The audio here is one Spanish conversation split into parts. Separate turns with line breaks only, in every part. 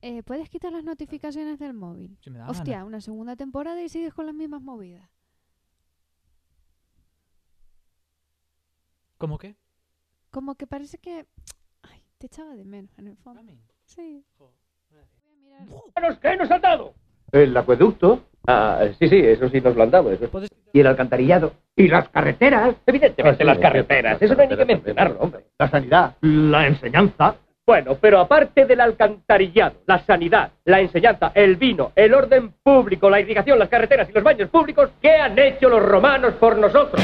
eh, ¿puedes quitar las notificaciones del móvil?
Si me da
Hostia,
gana.
una segunda temporada y sigues con las mismas movidas.
¿Cómo qué?
Como que parece que... Ay, te echaba de menos en el fondo. Sí. Voy a mirar-
¿Qué nos han dado?
El acueducto. Ah, sí, sí, eso sí nos lo han dado. Eso.
¿Puedes-
Y el alcantarillado.
¿Y las carreteras? Evidentemente,
Ah, sí,
las
sí,
carreteras.
sí,
Eso no hay ni que
carreteras
mencionarlo,
también.
hombre.
La sanidad.
La enseñanza. Bueno, pero aparte del alcantarillado, la sanidad, la enseñanza, el vino, el orden público, la irrigación, las carreteras y los baños públicos, ¿qué han hecho los romanos por nosotros?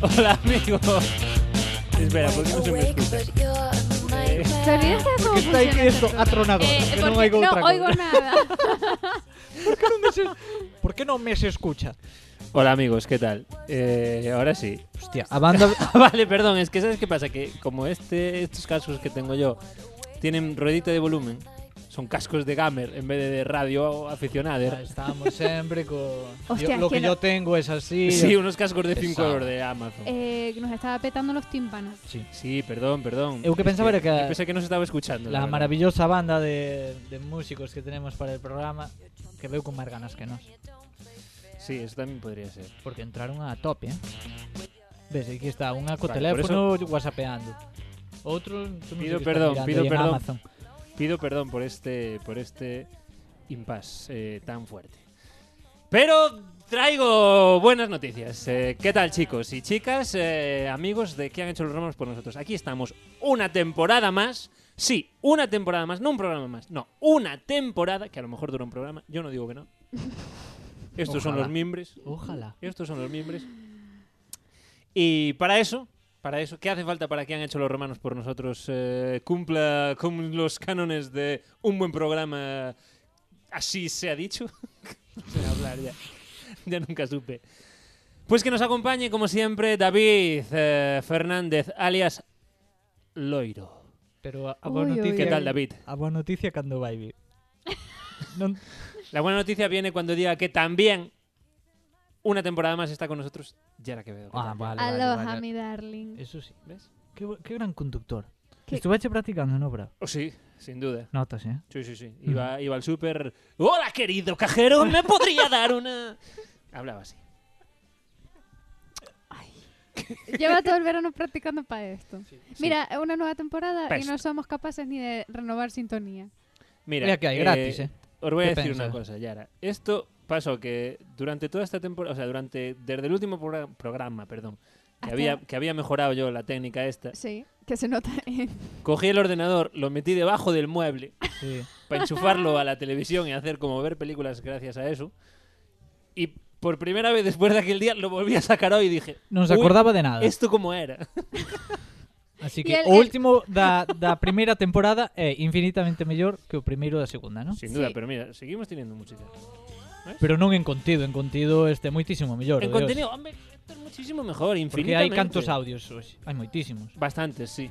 Hola, amigos.
Espera, ¿por qué no se me escucha?
¿Te olvidaste de cómo
Está ahí
funciona
que
este
esto
programa?
atronador.
Eh,
que
porque
Ah,
no oigo otra
oigo
cosa.
nada.
¿Por qué no me se, ¿Por qué no me se escucha?
Hola amigos, ¿qué tal? Eh, ahora sí.
Hostia, a banda...
Ah, vale, perdón, es que ¿sabes qué pasa? Que como este, estos cascos que tengo yo tienen ruedita de volumen, son cascos de gamer en vez de, de radio aficionada.
Estamos siempre con...
Hostia,
Yo- lo
es que
que
no-
yo tengo es así.
Sí, unos cascos de 5
Pesado.
euros de Amazon.
Eh, nos estaba petando los tímpanos.
Sí.
Sí, perdón, perdón.
Eu que pensaba
Es
era que-
eu pensé que no se estaba escuchando.
La
verdad.
maravillosa banda de, de músicos que tenemos para el programa que veo con más ganas que nos.
Sí, eso también podría ser.
Porque entraron a tope, eh. Ves, aquí está, un co
Vale,
teléfono whatsappeando. Otro...
Pido perdón, pido perdón. Pido perdón por este, por este impas eh, tan fuerte. Pero traigo buenas noticias. Eh, ¿Qué tal, chicos y chicas, eh, amigos de qué han hecho los romanos por nosotros? Aquí estamos, una temporada más. Sí, una temporada más, no un programa más. No, una temporada, que a lo mejor dura un programa. Yo no digo que no. Estos son
Ojalá.
los mimbres.
Ojalá.
Estos son los mimbres. Y para eso, para eso, ¿qué hace falta para que han hecho los romanos por nosotros? eh, cumpla con los cánones de un buen programa, así se ha dicho. no sé hablar ya. Ya nunca supe. Pues que nos acompañe, como siempre, David eh, Fernández, alias Loiro.
Pero a, a
Uy,
boa
uy,
noticia...
uy.
¿Qué tal, David?
A boa noticia cando vai vir. Non,
La buena noticia viene cuando diga que también una temporada más está con nosotros Yara Quevedo. ¿Qué
Ah,
tal?
vale, vale,
Aloha,
vale.
mi darling.
Eso sí.
¿Ves?
Que, bu- que gran conductor.
Que-
Estuveche practicando, no, bro?
Oh, sí, sin duda.
Notas, eh?
Sí, sí, sí. Iba, iba al súper. Hola, querido cajero, ¿me podría dar una...? Hablaba así.
Lleva todo el verano practicando para esto. Mira, una nueva temporada y
Pest.
no somos capaces ni de renovar sintonía.
Mira,
Mira que hay, gratis, eh.
Os voy a
¿Qué
decir una
piensas?
cosa, Yara. Esto pasó que durante toda esta temporada, o sea, durante desde el último progra- programa, perdón, que
Hasta-
había, que había mejorado yo la técnica esta,
Sí, que se nota. en-
cogí el ordenador, lo metí debajo del mueble
Sí.
para enchufarlo a la televisión y hacer como ver películas gracias a eso. Y por primera vez después de aquel día lo volví a sacar hoy y dije,
Non se
"Uy,
acordaba de nada.
esto como era.
Así
Y
que
el-
o
el-
último da, da primeira temporada é infinitamente mellor que o primeiro da segunda, non? Sí.
Sin duda,
Sí.
pero mira, seguimos teniendo música.
Pero non en contido, en contido este moitísimo mellor.
En
o de
contenido, hombre, esto es muchísimo mejor,
hoxe. Porque
infinitamente.
hai cantos audios hoxe, hai moitísimos.
Bastantes, sí.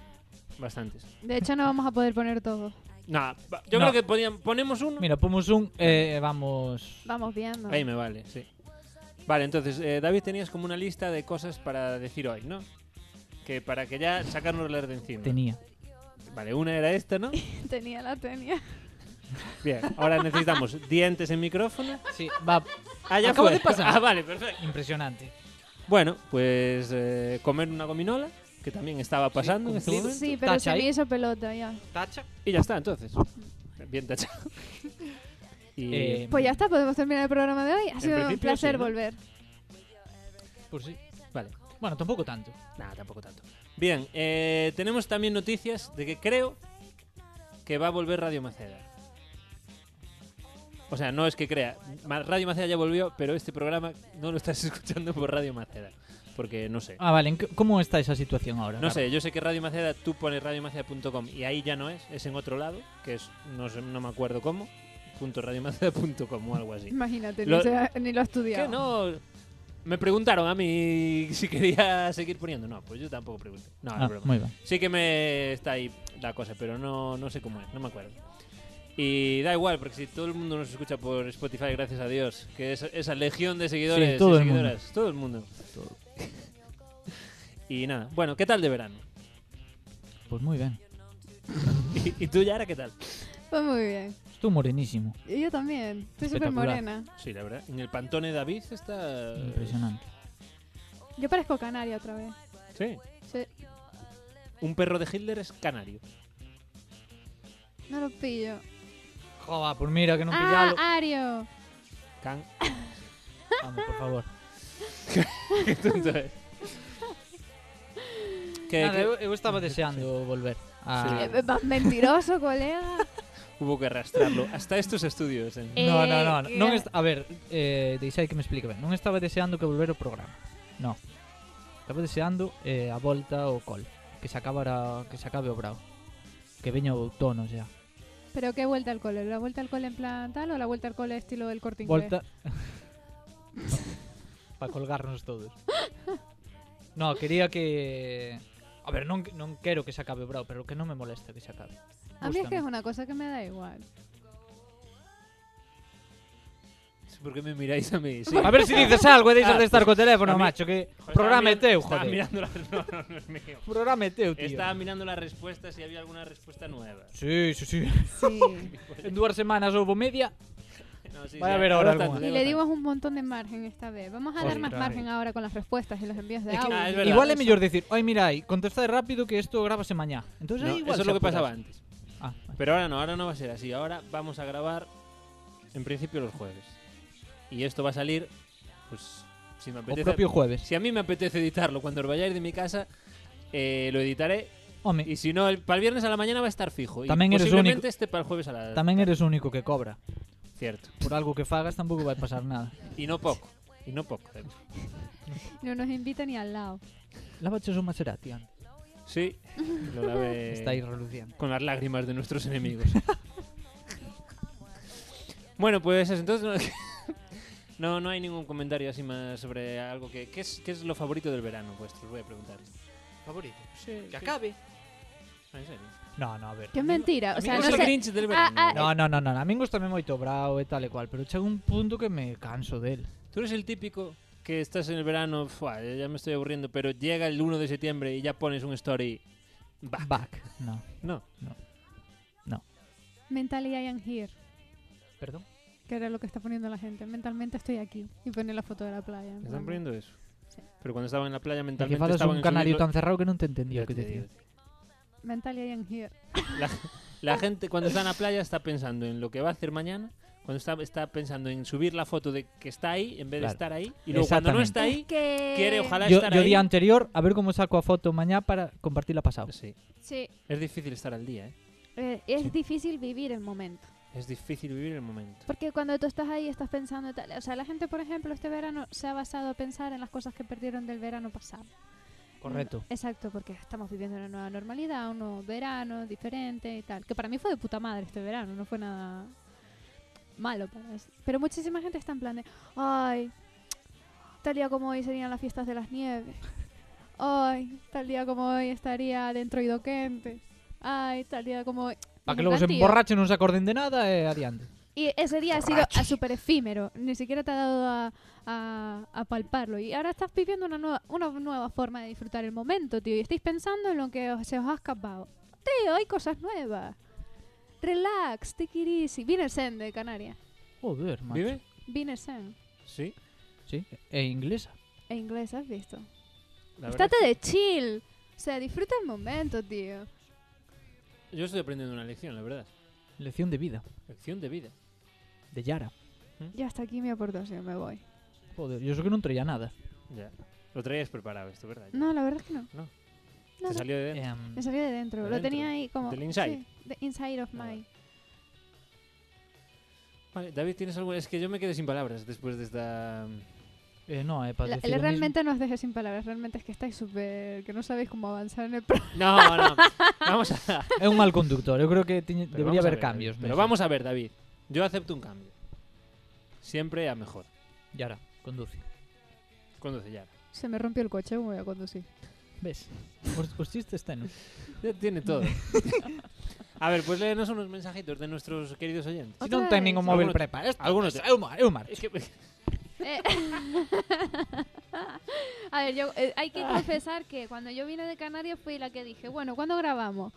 Bastantes.
De hecho, no vamos a poder poner todo.
Nah, va- yo
No.
creo que podían, ponemos uno.
Mira, pomos un e eh, vamos
Vamos viendo.
Ahí me vale, sí. Vale, entonces, eh, David, tenías como una lista de cosas para decir hoy, ¿no? Que para que ya sacarnos las de encima.
tenía.
Vale, una era esta, ¿no?
Tenía la tenía.
Bien, ahora necesitamos dientes en micrófono.
Sí, va
Ah, ya
Acaba
fue.
de pasar.
Ah, vale, perfecto.
impresionante.
Bueno, pues eh, comer una gominola, que también estaba pasando en este
cumplido.
momento.
Sí, pero
Tacha
se me
ahí.
hizo pelota ya.
Tacha.
Y ya está, entonces. Bien tachado. Y
Eh,
Pues ya está, podemos terminar el programa de hoy. Ha
En
sido un
principio,
placer
sí, ¿no?
volver.
Por si.
Vale.
Bueno, tampouco tanto.
nada, tampoco tanto. Bien, eh, tenemos también noticias de que creo que va a volver Radio Maceda. O sea, no es que crea. Ma- Radio Maceda ya volvió, pero este programa no lo estás escuchando por Radio Maceda. Porque no sé.
Ah, vale, en que- como está esa situación ahora?
No sé, yo sé que Radio Maceda, tú pones radiomaceda.com y ahí ya no es, es en otro lado, que es, no, sé, no me acuerdo cómo, punto radiomaceda.com o algo así.
Imagínate,
Lo-
ni, se- ni lo
Que
estudiamos.
no. Me preguntaron a mí si quería seguir poniendo. No, pues yo tampoco pregunté. No, es
Ah,
broma.
muy bien.
Sí que me está ahí la cosa, pero no, no sé cómo es, no me acuerdo. Y da igual, porque si todo el mundo nos escucha por Spotify, gracias a Dios, que es esa legión de seguidores
Sí, todo
y
el mundo.
seguidoras, todo el mundo. y nada, bueno, ¿qué tal de verano?
Pues muy bien.
¿Y, y tú, Yara, qué tal?
Fue muy bien.
Estuvo morenísimo.
Y yo también. Estoy súper
Espectacular.
morena.
Sí, la verdad, en el Pantone David
Eh,
está...
Impresionante.
Yo parezco canaria otra vez.
Sí,
Sí,
un perro de Hitler es canario.
no lo pillo.
Joder, pues mira, que no
¡Ah, ah.
pillalo.
Ario!
Can...
Vamos, por favor.
Qué tonto es. Que-
Nada,
que
eu, eu Eh, estaba deseando volver
Ah.
a...
Eh, más mentiroso, colega.
hubo que arrastrarlo hasta estos estudios. en-
Eh,
No, no, no. non
que-
est... A ver, eh, deixai que me explique ben. Non estaba deseando que volver o programa. No. Estaba deseando eh, a volta ao col. Que se acabara, que se acabe o brao. Que veña o outono xa.
¿Pero qué vuelta al cole? ¿La vuelta al cole en plan tal o la vuelta al cole estilo del corte inglés?
Volta... Para colgarnos todos. No, quería que... A ver, non, non quero que se acabe o brao, pero que non me molesta que se acabe.
A mí es que es
Gústame.
una cosa que me da igual.
¿Por qué me miráis a mí? Sí.
A ver se si dices algo e deixas
Ah,
de estar co
a
teléfono,
mí-
macho, que
Joder,
programa é
estaba
teu, joder.
mirando- estaba mirando las- No, no, no es mío.
Programa é teu, tío.
Estaba mirando las respuestas y había alguna respuesta nueva.
Sí, sí, sí.
Sí.
En dúas semanas houve media.
No, sí,
Voy
sí,
a ver
hay
ahora alguna.
bastante,
y
hay
le dimos
bastante.
un montón de margen esta vez. Vamos a dar más
Ostras.
margen ahora con las respuestas y los envíos de
Es que-
audio.
Ah, es verdad.
Igual é mellor decir, oi, mira aí, contestad rápido que isto grábase mañá. Entonces,
No,
aí igual
eso es lo
se
que pasaba
apuras.
antes.
Ah, vale.
Pero ahora no, ahora no va a ser así. Ahora vamos a grabar en principio los jueves. Y esto va a salir, pues, si me
o
apetece.
propio jueves.
Si a mí me apetece editarlo cuando os vayáis de mi casa, eh, lo editaré.
Home,
Y si no, el- para el viernes a la mañana va a estar fijo.
Tamén
y
eres
posiblemente
único.
este para el jueves a la
tamén eres o único que cobra.
Cierto.
Por algo que fagas tampouco vai pasar nada.
Y no poco. Y no poco. además.
No nos invita ni al lado.
Lavaches o Maserati, Ana.
Sí, lo lavé.
Está aí reluciendo.
con las lágrimas de nuestros enemigos. bueno, pues eso, entonces no, no, no hay ningún comentario así más sobre algo que... ¿Qué es, qué es lo favorito del verano vuestro? Os voy a preguntar.
Favorito.
Sí, sí. Ah, ¿En serio?
No, no, a ver.
Qué mentira. O sea,
Amigos
no
del
sé.
Grinch del
Ah,
verano.
ah,
No, no, no, no, a min gustame moito o brao e tal e cual, pero chega un punto que me canso del.
Tú eres el típico que estás en el verano, "Fua, ya me estoy aburriendo, pero llega el 1 de septiembre y ya pones un story... Bah,
Back. No,
no.
Mentally I am here.
perdón.
Que era lo que está poniendo la gente. Mentalmente estoy aquí. Y pone la foto de la playa. en
¿Me
plan,
están poniendo eso?
Sí.
Pero cuando estaban en la playa
É que
mentalmente
falas
estaban
un
en su
canario
mismo-
tan cerrado que non te entendí
Ya
o que
te
te
digo,
decía.
Mentally I am here.
La, la gente cuando está en la playa está pensando en lo que va a hacer mañana, cuando está, está pensando en subir la foto de que está ahí en vez de
Claro.
estar ahí, y luego cuando no
Exactamente.
está ahí,
Es que...
quiere ojalá
Yo,
estar
yo
ahí.
día anterior, a ver como saco a foto mañá para compartirla pasado.
Sí,
Sí.
es difícil estar al día, ¿eh?
eh, es difícil vivir el momento.
es difícil vivir el momento.
Porque cuando tú estás ahí estás pensando tal, o sea, la gente, por ejemplo, este verano se ha basado a pensar en las cosas que perdieron del verano pasado.
Correcto.
Mm, Exacto, porque estamos viviendo una nueva normalidad, un nuevo verano diferente y tal, que para mí fue de puta madre este verano, no fue nada malo para eso. Pero muchísima gente está en plan de, ay, tal día como hoy serían las fiestas de las nieves. Ay, tal día como hoy estaría dentro Idoquente. Ay, tal día como hoy.
Mm.
Para
Y
que
en
logo se
plan, tío,
emborrachen non se acorden de nada e adiante.
Y ese día ha sido a súper efímero, ni siquiera te ha dado a, a- a palparlo. Y ahora estás viviendo una nueva, una nueva forma de disfrutar el momento, tío. Y estáis pensando en lo que os- se os ha escapado. Tío, hay cosas nuevas. Relax, take it easy. Viene el Zen de Canarias.
Joder, macho.
¿Vive?
Viene el Zen.
Sí.
Sí, e inglesa.
En inglés, ¿has visto?
La verdad
Estate de chill. O sea, disfruta el momento, tío.
es que yo estoy aprendiendo una lección, la verdad.
Lección de vida,
Lección de vida.
de Yara.
Ya hasta aquí mi aportación, me voy.
Joder, yo sé que non traía nada.
Ya. Lo traías preparado esto, ¿verdad?
No, la verdad es que no.
No.
No, no.
Te salió de dentro.
Em,
Me salió de dentro.
De
lo
dentro.
tenía ahí como...
Del inside.
Sí, the inside of
Ah,
my...
vale. Vale, David, ¿tienes algo? Es que yo me quedé sin palabras después de esta...
eh, no, é para
La-
decir
la-
o
realmente no os dejé sin palabras, realmente es que estáis súper... que no sabéis cómo avanzar en el pro-
No, no. vamos a...
mismo. É un mal conductor, eu creo que tiñe,
Pero
debería
vamos a
haber
ver,
cambios.
David. Pero
nese.
vamos a ver, David. Yo acepto un cambio. Siempre a mejor.
Yara, conduce.
Conduce
Se me rompió el coche, ¿cómo voy a conducir?
¿Ves? Os, os chistes tenos.
ya. Tiene todo. A ver, pues léenos unos mensajitos de nuestros queridos oyentes.
Si
Otra
non ten
vez.
ningún móvil
Alguno-
prepa. Esto, es,
alguno te-
é humor, é humor.
Es que
Eh, a ver, yo, eh, hay que confesar que cuando yo vine de Canarias fui la que dije, bueno, ¿cuándo grabamos?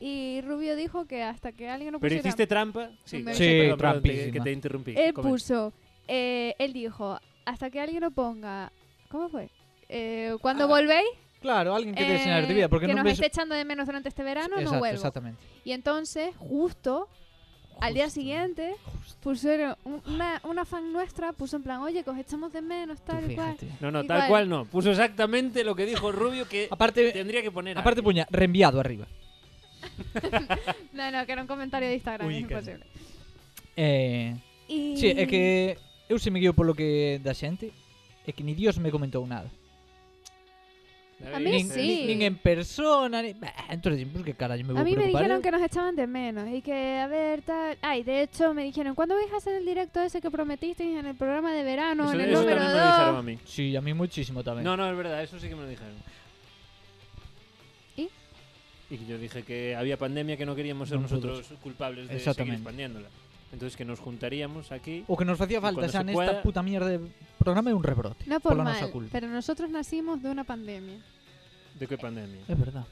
Y Rubio dijo que hasta que alguien no
¿Pero
pusiera...
hiciste trampa?
Sí,
perdón, perdón, te-
trampísima.
que te interrumpí.
él
Comenta.
puso, eh, él dijo, hasta que alguien no ponga... ¿Cómo fue? Eh,
Ah,
cuando volvéis,
Claro, alguén que te
eh,
enseñar de vida, porque
que
non
nos
ves...
esté echando de menos durante este verano,
Exacto,
no vuelvo.
exactamente.
Y entonces, justo, al día
Justo.
siguiente, pusieron un- una, una fan nuestra puso en plan, oye, que os echamos de menos,
Tú
tal y cual.
fíjate.
No, no,
Igual.
tal cual no. Puso exactamente lo que dijo Rubio que
Aparte,
tendría que poner.
aparte
alguien.
puña, reenviado arriba.
No, no, que era un comentario de Instagram,
Uy,
es
que-
imposible.
Eh,
Y...
sí, é que eu se me guío polo que da xente, é que ni Dios me comentou nada.
David,
a mí
nin,
sí.
nin, nin en persona, ni... Bah, entonces, pues que carallo me vou
A mí me
preocupar
¿eh?
dijeron
eu?
que nos echaban de menos y que, a ver, tal... Ay, de hecho, me dijeron, ¿cuándo vais a hacer el directo ese que prometisteis en el programa de verano,
Eso,
en el
eso
número
también me lo dijeron
2?
a mí.
Sí, a mí muchísimo tamén.
No, no, es verdad, eso sí que me lo dijeron.
¿Y?
Y que yo dije que había pandemia, que no queríamos ser
No
nosotros culpables de seguir
Exactamente.
expandiéndola. Entonces que nos juntaríamos aquí.
O que nos facía falta,
Cuando
xa
se
nesta
pueda-
puta mierda de programa é un rebrote.
No por
pola
mal,
nosa culpa.
pero nosotros nacimos de una pandemia,
¿De qué pandemia?
É verdad.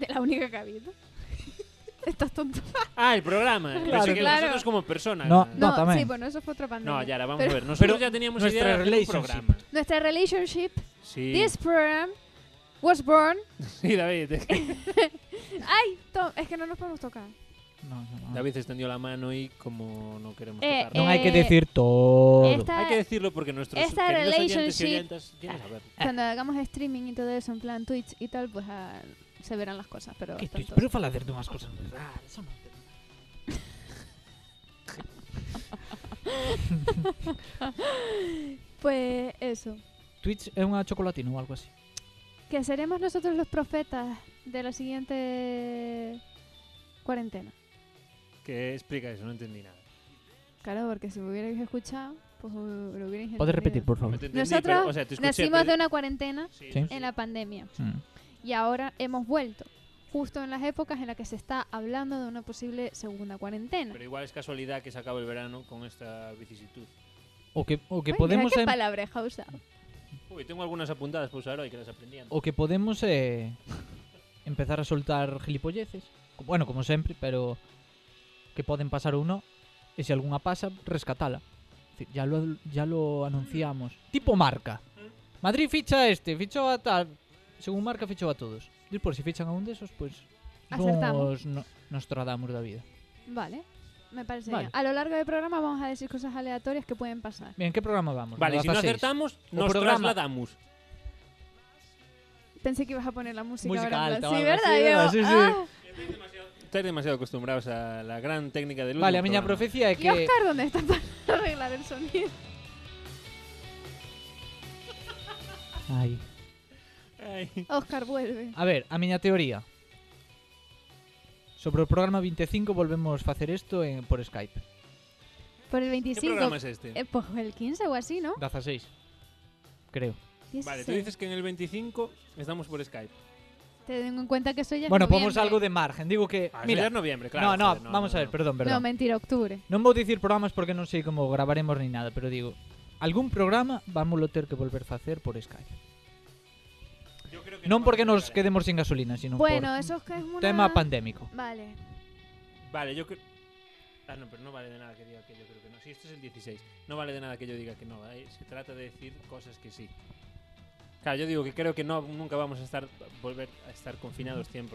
de la única que ha habido. Estás tonto.
Ah, el programa. Pensé que
Claro.
nosotros como personas.
No.
No,
también.
sí, bueno, eso fue otra pandemia.
No, Yara, vamos
Pero-
a ver. Nosotros
pero
ya teníamos
nuestra
idea de hacer un
relationship.
programa.
Nuestra relationship,
Sí.
this program, was born...
Sí, David. es que-
Ay, Tom, es que no nos podemos tocar.
No, no, no.
David extendió la mano y como no queremos
Eh,
tocarlo.
Non hai que
Eh,
decir todo.
Esta-
Hay que decirlo porque nuestros
esta
queridos oyentes y
relationship- Ah.
oyentas tienen que saberlo.
Cuando hagamos streaming y todo eso, en plan Twitch y tal, pues ah, se verán las cosas. Pero,
Que
tanto-
Twitch, pero falar de unhas cousas moi raras, eso non.
Pues eso.
Twitch é unha chocolatina ou algo así.
Que seremos nosotros los profetas de la siguiente cuarentena.
Que explica eso, no entendí nada.
Claro, porque si me hubierais escuchado, pues uh, lo hubierais entendido.
Podes repetir, pues, por
No
favor?
te entendí,
Nosotros
pero, o sea, te escuché,
nacimos
pero-
de una cuarentena
Sí,
Sí.
en la pandemia.
Mm.
Y ahora hemos vuelto. Justo en las épocas en las que se está hablando de una posible segunda cuarentena.
Pero igual es casualidad que se acabe el verano con esta vicisitud.
O que o que
Ay, Pues, mira
podemos em-
qué
é
palabreja ha usado.
Uy, tengo algunas apuntadas para usar hoy que las aprendí antes.
o que podemos é empezar a soltar gilipolleces. Co- Bueno, como sempre, pero que poden pasar ou non. E se algunha pasa, rescatala. Es decir, Ya lo, ya lo anunciamos. Tipo marca. Madrid ficha a este, fichou a tal. Según marca, fichou a todos. Despois, se fichan a un desos, pois... Pues,
Acertamos.
Nos, no, nos tradamos da vida.
Vale, me parece
Vale.
bien. A lo largo del programa vamos a decir cosas aleatorias que pueden pasar.
Bien, que programa vamos?
Vale,
Nos
si no
da seis.
acertamos,
O
nos
programa.
trasladamos.
Pensé que ibas a poner la música,
Música
ahora en
alta
plan-
o
Sí,
algo
¿verdad?
así, ¿verdad? Sí,
Ah,
Estáis demasiado acostumbrados a la gran técnica del
Vale, a
último
miña
programa.
profecía é
¿Y
que...
Oscar dónde está para arreglar el sonido?
Ai.
Ay.
Oscar vuelve.
A ver, a miña teoría. Sobre o programa 25 volvemos facer isto en, por Skype.
Por el
¿Qué
25.
programa es este?
eh, pues el 15 o así, ¿no?
16. Creo.
Vale, tú
16.
dices que en el 25 estamos por Skype.
Te tengo en cuenta que soy ya. es
bueno, pomos
noviembre.
algo de margen. Digo que...
Ah, eso ya
mira,
es noviembre, claro.
no, no,
joder,
vamos a ver, perdón,
No,
perdón.
mentira, octubre.
Non vou dicir programas porque non sei como gravaremos ni nada, pero digo, algún programa vamos ter que volver facer por Skype.
Yo creo que
Non
vamos
porque
a
nos
llegar, eh.
quedemos sin gasolina, sino
Bueno,
por
eso es que es una.
tema pandémico.
Vale.
Vale, yo creo. Ah, no, pero no vale de nada que diga que yo creo que no. Si esto es el 16, no vale de nada que yo diga que no. ¿vale? Se trata de decir cosas que sí. Claro, yo digo que creo que no, nunca vamos a estar volver a estar confinados 100%.
Vale.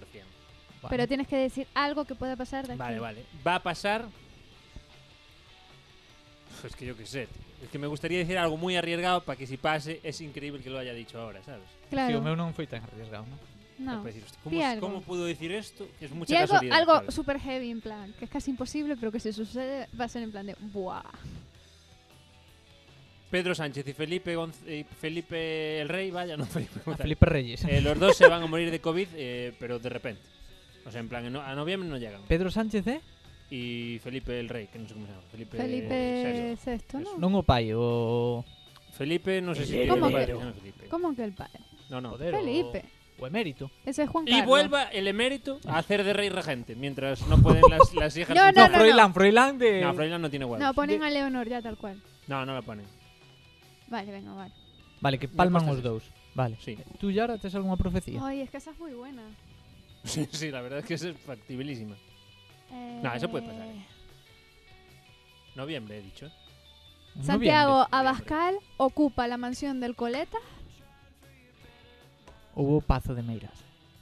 Pero tienes que decir algo que pueda pasar de aquí.
Vale, vale. Va a pasar. Uf, Es que yo qué sé. tío. Es que me gustaría decir algo muy arriesgado para que si pase es increíble que lo haya dicho ahora, ¿sabes?
Sí, pues,
Claro.
o meu non foi tan arriesgado, non?
no.
Para decir, "Hostia,
di
¿cómo, es-
algo.
cómo puedo decir esto? Que es mucha
Y algo,
casualidad,
algo
¿sabes?
super heavy en plan, que es casi imposible, pero que si sucede va a ser en plan de ¡buah!
Pedro Sánchez y Felipe, Gonz- y Felipe el Rey, vaya, no Felipe
A
González.
Felipe Reyes.
Eh, los dos se van a morir de COVID, eh, pero de repente. O sea, en plan, no- a noviembre no llegan.
Pedro Sánchez, eh?
Y Felipe el Rey, que no sé cómo se llama. Felipe,
Felipe
Sergio.
VI, ¿no?
Non o pai, o... o
Felipe, no sé si
¿Cómo
tiene
que?
no, Felipe.
¿Cómo que el padre?
No, no.
Joder, o-
Felipe.
O, emérito.
Ese es Juan
Y
Carlos.
vuelva el emérito a hacer de rey regente, mientras no pueden las, las hijas.
No, no,
luchar.
no.
Froilán, Froilán de...
No, Froilán no tiene huevos.
No, ponen a Leonor ya tal cual.
No, no la ponen.
Vale, venga, vale.
Vale, que
Me
palman
cuesta
los
eso.
dos. Vale.
Sí.
¿Tú, Yara, te alguna profecía?
Ay, es que esa es muy buena.
Sí, sí, la verdad es que esa es factibilísima. No, eso puede pasar,
Eh,
Noviembre, he dicho.
En
Santiago
noviembre.
Abascal ocupa la mansión del Coleta.
noviembre Hubo Pazo de Meiras.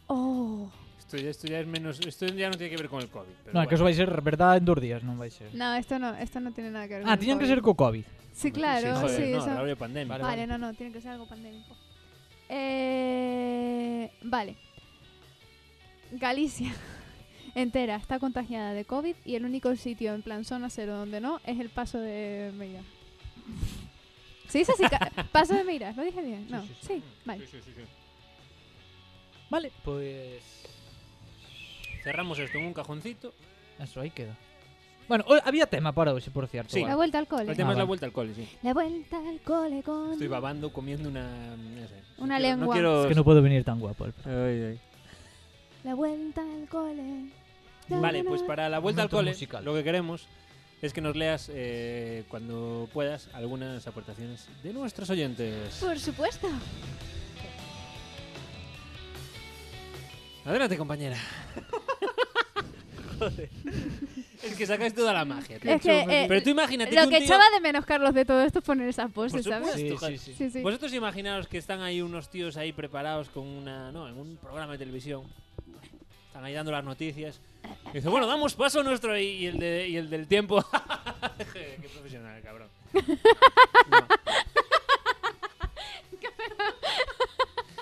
Oh.
Esto ya, esto ya es menos. Esto ya no tiene que ver con el COVID. pero
No, é que eso
bueno.
vai ser verdad en dos días, non vai ser.
No, esto no, esto no tiene nada que ver con
Ah,
el
tiñan que
COVID.
ser co COVID.
Sí, claro,
Sí,
sí,
joder, no,
eso-
la hora de pandemia.
Vale,
Vale, no, no, tiene que ser algo pandémico. Eh, vale. Galicia entera está contagiada de COVID y el único sitio en plan zona cero donde no es el paso de Meiras. ¿Se dice así? Ca- paso de Meiras, ¿lo dije bien? No, sí, vale.
Sí, sí, sí, sí.
Vale, pois... Pues...
Cerramos esto en un cajoncito.
Eso aí queda. Bueno, o, había tema para hoxe, por cierto.
Sí.
La
Vale.
vuelta al
El
cole.
tema
Ah,
es la
vale.
vuelta al cole, sí.
La vuelta al cole con...
Estoy babando, comiendo una. no sé. No
Una
quiero-
lengua.
No quiero.
Es que no puedo venir tan guapo. al-
Ay, ay.
La vuelta al cole. Na,
Vale,
na,
pues
na.
para la vuelta al
Momento
cole,
musical.
lo que queremos es que nos leas eh, cuando puedas algunas aportaciones de nuestros oyentes.
Por supuesto.
Adelante, compañera. Joder. Es que sacáis toda la magia. tío.
Es que, eh,
Pero tú imagínate
Lo
un
que
tío-
echaba de menos Carlos de todo esto es poner esas
Por
voces, ¿sabes?
supuesto, Pues
Sí,
joder.
sí, sí.
Sí, sí.
Vosotros imaginaos que están ahí unos tíos ahí preparados con una, no, en un programa de televisión. Están ahí dando las noticias. Y dice, bueno, damos paso a nuestro y, y el, de- y el del tiempo. Qué profesional, cabrón. No.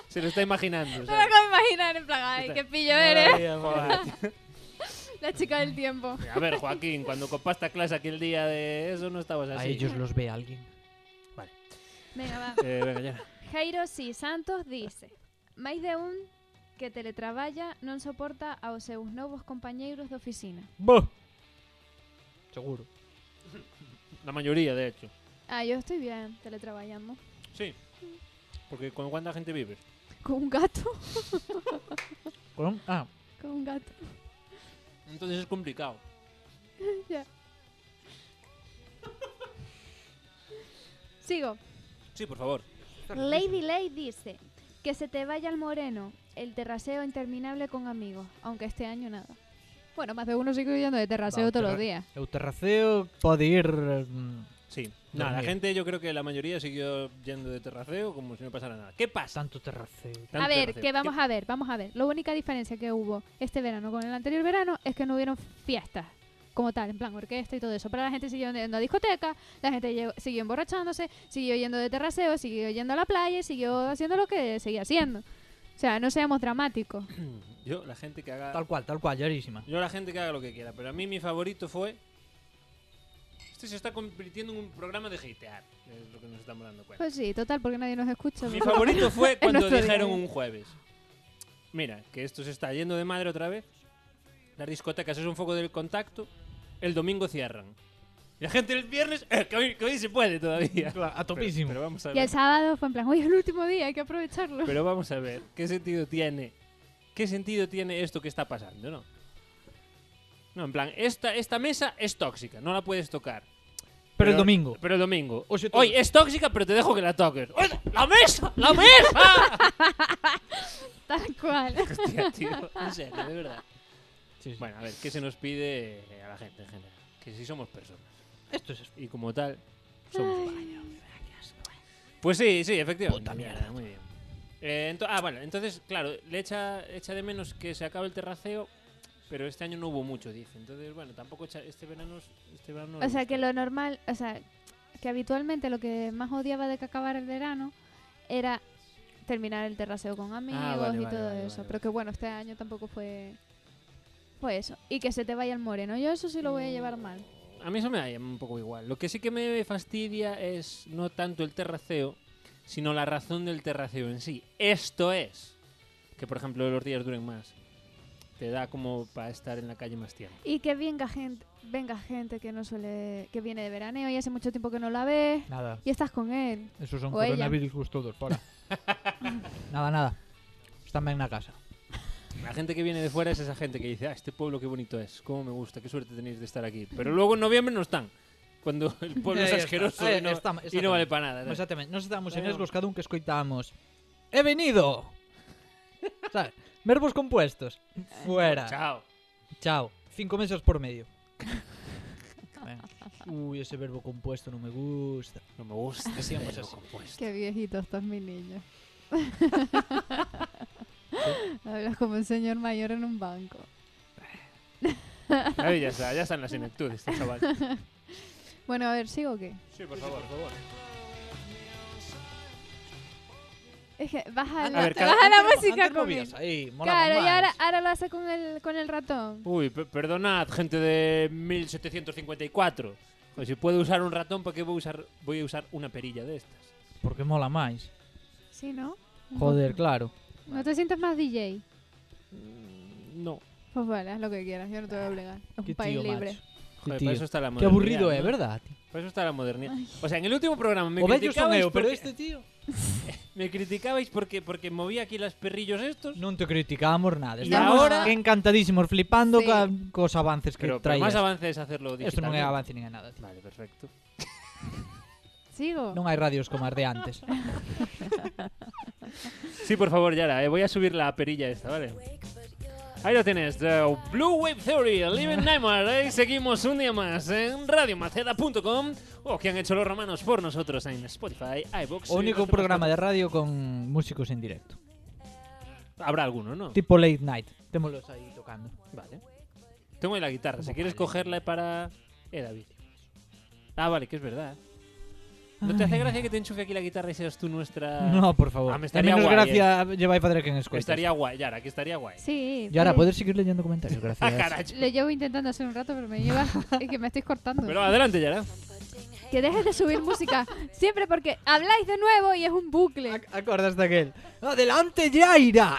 Se lo está imaginando.
No me
¿sabes?
acabo de imaginar, en plan, ay, qué pillo eres,
Joder.
la chica del tiempo.
A ver, Joaquín, cuando copaste clase aquel día de eso no estabas así.
A ellos los ve alguén.
Venga, va.
Eh, venga, ya.
Jairo C. Santos dice, máis de un que teletraballa non soporta aos seus novos compañeiros de oficina.
Bo. Seguro.
La mayoría, de hecho.
Ah, yo estoy bien teletraballando.
Sí. Porque con cuánta gente vives.
Con un gato,
Con... Ah,
con un gato.
Entonces es complicado.
Sigo.
Sí, por favor.
Lady Lay dice, que se te vaya el moreno, el terraceo interminable con amigos, aunque este año nada. Bueno, más de uno sigue yendo de terraceo
Va,
todos los
terra-
días.
eu terraceo pode ir... mm,
Sí. Nada, la
Dormir.
gente, yo creo que la mayoría siguió yendo de terraceo como si no pasara nada. ¿Qué pasa?
Santo terraceo.
A ver, que vamos a ver, vamos a ver. La única diferencia que hubo este verano con el anterior verano es que no hubieron fiestas como tal, en plan orquesta y todo eso. Pero la gente siguió yendo a discotecas, la gente llegó- siguió emborrachándose, siguió yendo de terraceo, siguió yendo a la playa, y siguió haciendo lo que seguía haciendo. O sea, no seamos dramáticos.
Yo, la gente que haga.
Tal cual, tal cual, llarísima.
Yo, la gente que haga lo que quiera. Pero a mí mi favorito fue. Este se está convirtiendo en un programa de hatear. Es lo que nos estamos dando cuenta.
Pues sí, total, porque nadie nos escucha.
Mi
Pues ¿no?
favorito fue cuando
nuestro día.
dijeron un jueves. Mira, que esto se está yendo de madre otra vez. Las discotecas es un foco del contacto. El domingo cierran. Y la gente el viernes, eh, que, hoy, que hoy se puede todavía.
A topísimo.
Pero, pero vamos a
Y el
ver.
sábado fue en plan, hoy es el último día, hay que aprovecharlo.
Pero vamos a ver, ¿qué sentido tiene? ¿Qué sentido tiene esto que está pasando, no? No, en plan, esta, esta mesa es tóxica, no la puedes tocar.
Pero el domingo.
Pero el domingo.
O se toca.
Hoy es tóxica, pero te dejo que la toques. ¡Oye, ¡La mesa! ¡La mesa!
Tal cual.
Hostia, tío, en serio, de verdad.
Sí, sí.
Bueno, a ver, ¿qué se nos pide eh, a la gente en general? Que si somos personas.
Esto es
Y como tal, somos humanos. Pues sí, sí, efectivamente.
Puta mierda.
Muy bien. Eh, ento- ah, bueno, entonces, claro, le echa, echa de menos que se acabe el terraceo, pero este año no hubo mucho, dice. Entonces, bueno, tampoco echa- este verano... Este verano
O sea, que lo normal, o sea, que habitualmente lo que más odiaba de que acabara el verano era terminar el terraceo con amigos
Ah, vale,
y
vale,
todo
vale,
eso.
vale,
Pero que bueno, este año tampoco fue fue eso. Y que se te vaya el moreno. Yo eso sí lo voy a
Mm.
llevar mal.
A mí eso me da un poco igual. Lo que sí que me fastidia es no tanto el terraceo, sino la razón del terraceo en sí. Esto es que, por ejemplo, los días duren más. te da como para estar en la calle más tiempo.
Y que venga gente, venga gente que no suele, que viene de veraneo y hace mucho tiempo que no la ves
Nada.
y estás con él.
Esos son
O ella.
coronavirus todos, fora. nada, nada. Están en la casa.
La gente que viene de fuera es esa gente que dice, ah, este pueblo qué bonito es, cómo me gusta, qué suerte tenéis de estar aquí. Pero luego en noviembre no están, cuando el pueblo
Ahí
es
está,
asqueroso
ahí
y
está,
no, y no
exactamente. Pues
vale para nada.
Exactamente. Nos estamos en
Bueno.
esgos cada un que escoitamos. He venido. ¿Sabes? Verbos compuestos. Fuera.
Chao.
Chao. Cinco meses por medio. Venga. Uy, ese verbo compuesto no me gusta.
No me gusta. ese
sigamos
verbo
así.
compuesto.
Qué viejitos estás, mi niño. Hablas como un señor mayor en un banco.
Ahí ya está, ya están las ineptudes, este chaval.
Bueno, a ver, ¿sigo o qué?
Sí, por favor, por favor.
Es que baja la,
ver, cada-
baja la
Antes
música
no
con
vías
él.
ahí, mola
Claro, y
más.
ahora, ah. ahora lo hace con el, con el ratón.
Uy, pe- perdonad, gente de 1754. Pues si puedo usar un ratón, ¿para qué voy a usar, voy a usar una perilla de estas?
Porque mola más.
Sí, ¿no? Un
Joder,
poco.
claro.
¿No te sientes más DJ?
Mm, No.
Pues vale, haz lo que quieras, yo no te voy a obligar. Es
Ah, Qué
un país
tío,
libre.
macho.
Joder,
Qué
para
tío.
eso está la
Qué
modernidad.
aburrido,
¿no?
é, verdad? tío?
Para eso está la modernidad. O sea, en el último programa me
O bello son
criticabais
eu, pero
porque-
este tío...
Me criticabais porque, porque movía aquí las perrillos estos.
Non te criticábamos nada.
Y
Estamos
ahora-
encantadísimos, flipando
Sí.
ca, cos avances que
Pero, pero
traías.
más avance es hacerlo digital.
Esto non é avance nin é nada. Tío.
Vale, perfecto.
¿Sigo?
Non hai radios como as de antes.
Sí, por favor, Yara, eh, voy a subir la perilla esta, ¿vale? Ahí lo tienes, eh, Blue Wave Theory, Living Nightmare. eh, seguimos un día más en radiomaceda.com o que han hecho los romanos por nosotros en Spotify, iVoox.
O único programa de radio con músicos en directo.
Habrá alguno, ¿no?
Tipo Late Night. Témolos aí tocando.
Vale. Tengo ahí la guitarra, si quieres cogerla para... Eh, David. Ah, vale, que es verdad. ¿No te hace
Ay.
gracia que te enchufe aquí la guitarra y seas tú nuestra...?
No, por favor.
Ah, me
a
estaría
menos
guai,
gracia lleváis fader que en escoitas.
Pues Estaría guay, Yara, que estaría guay.
Sí.
Y ahora,
vale.
poder seguir leyendo comentarios,
Ah,
gracias.
carajo.
Lo llevo intentando hacer un rato, pero me lleva... es que me estoy cortando.
Pero adelante, Yara.
Que dejes de subir música. Siempre porque habláis de nuevo y es un bucle.
Ac- Acordaste aquel. ¡Adelante, Yaira!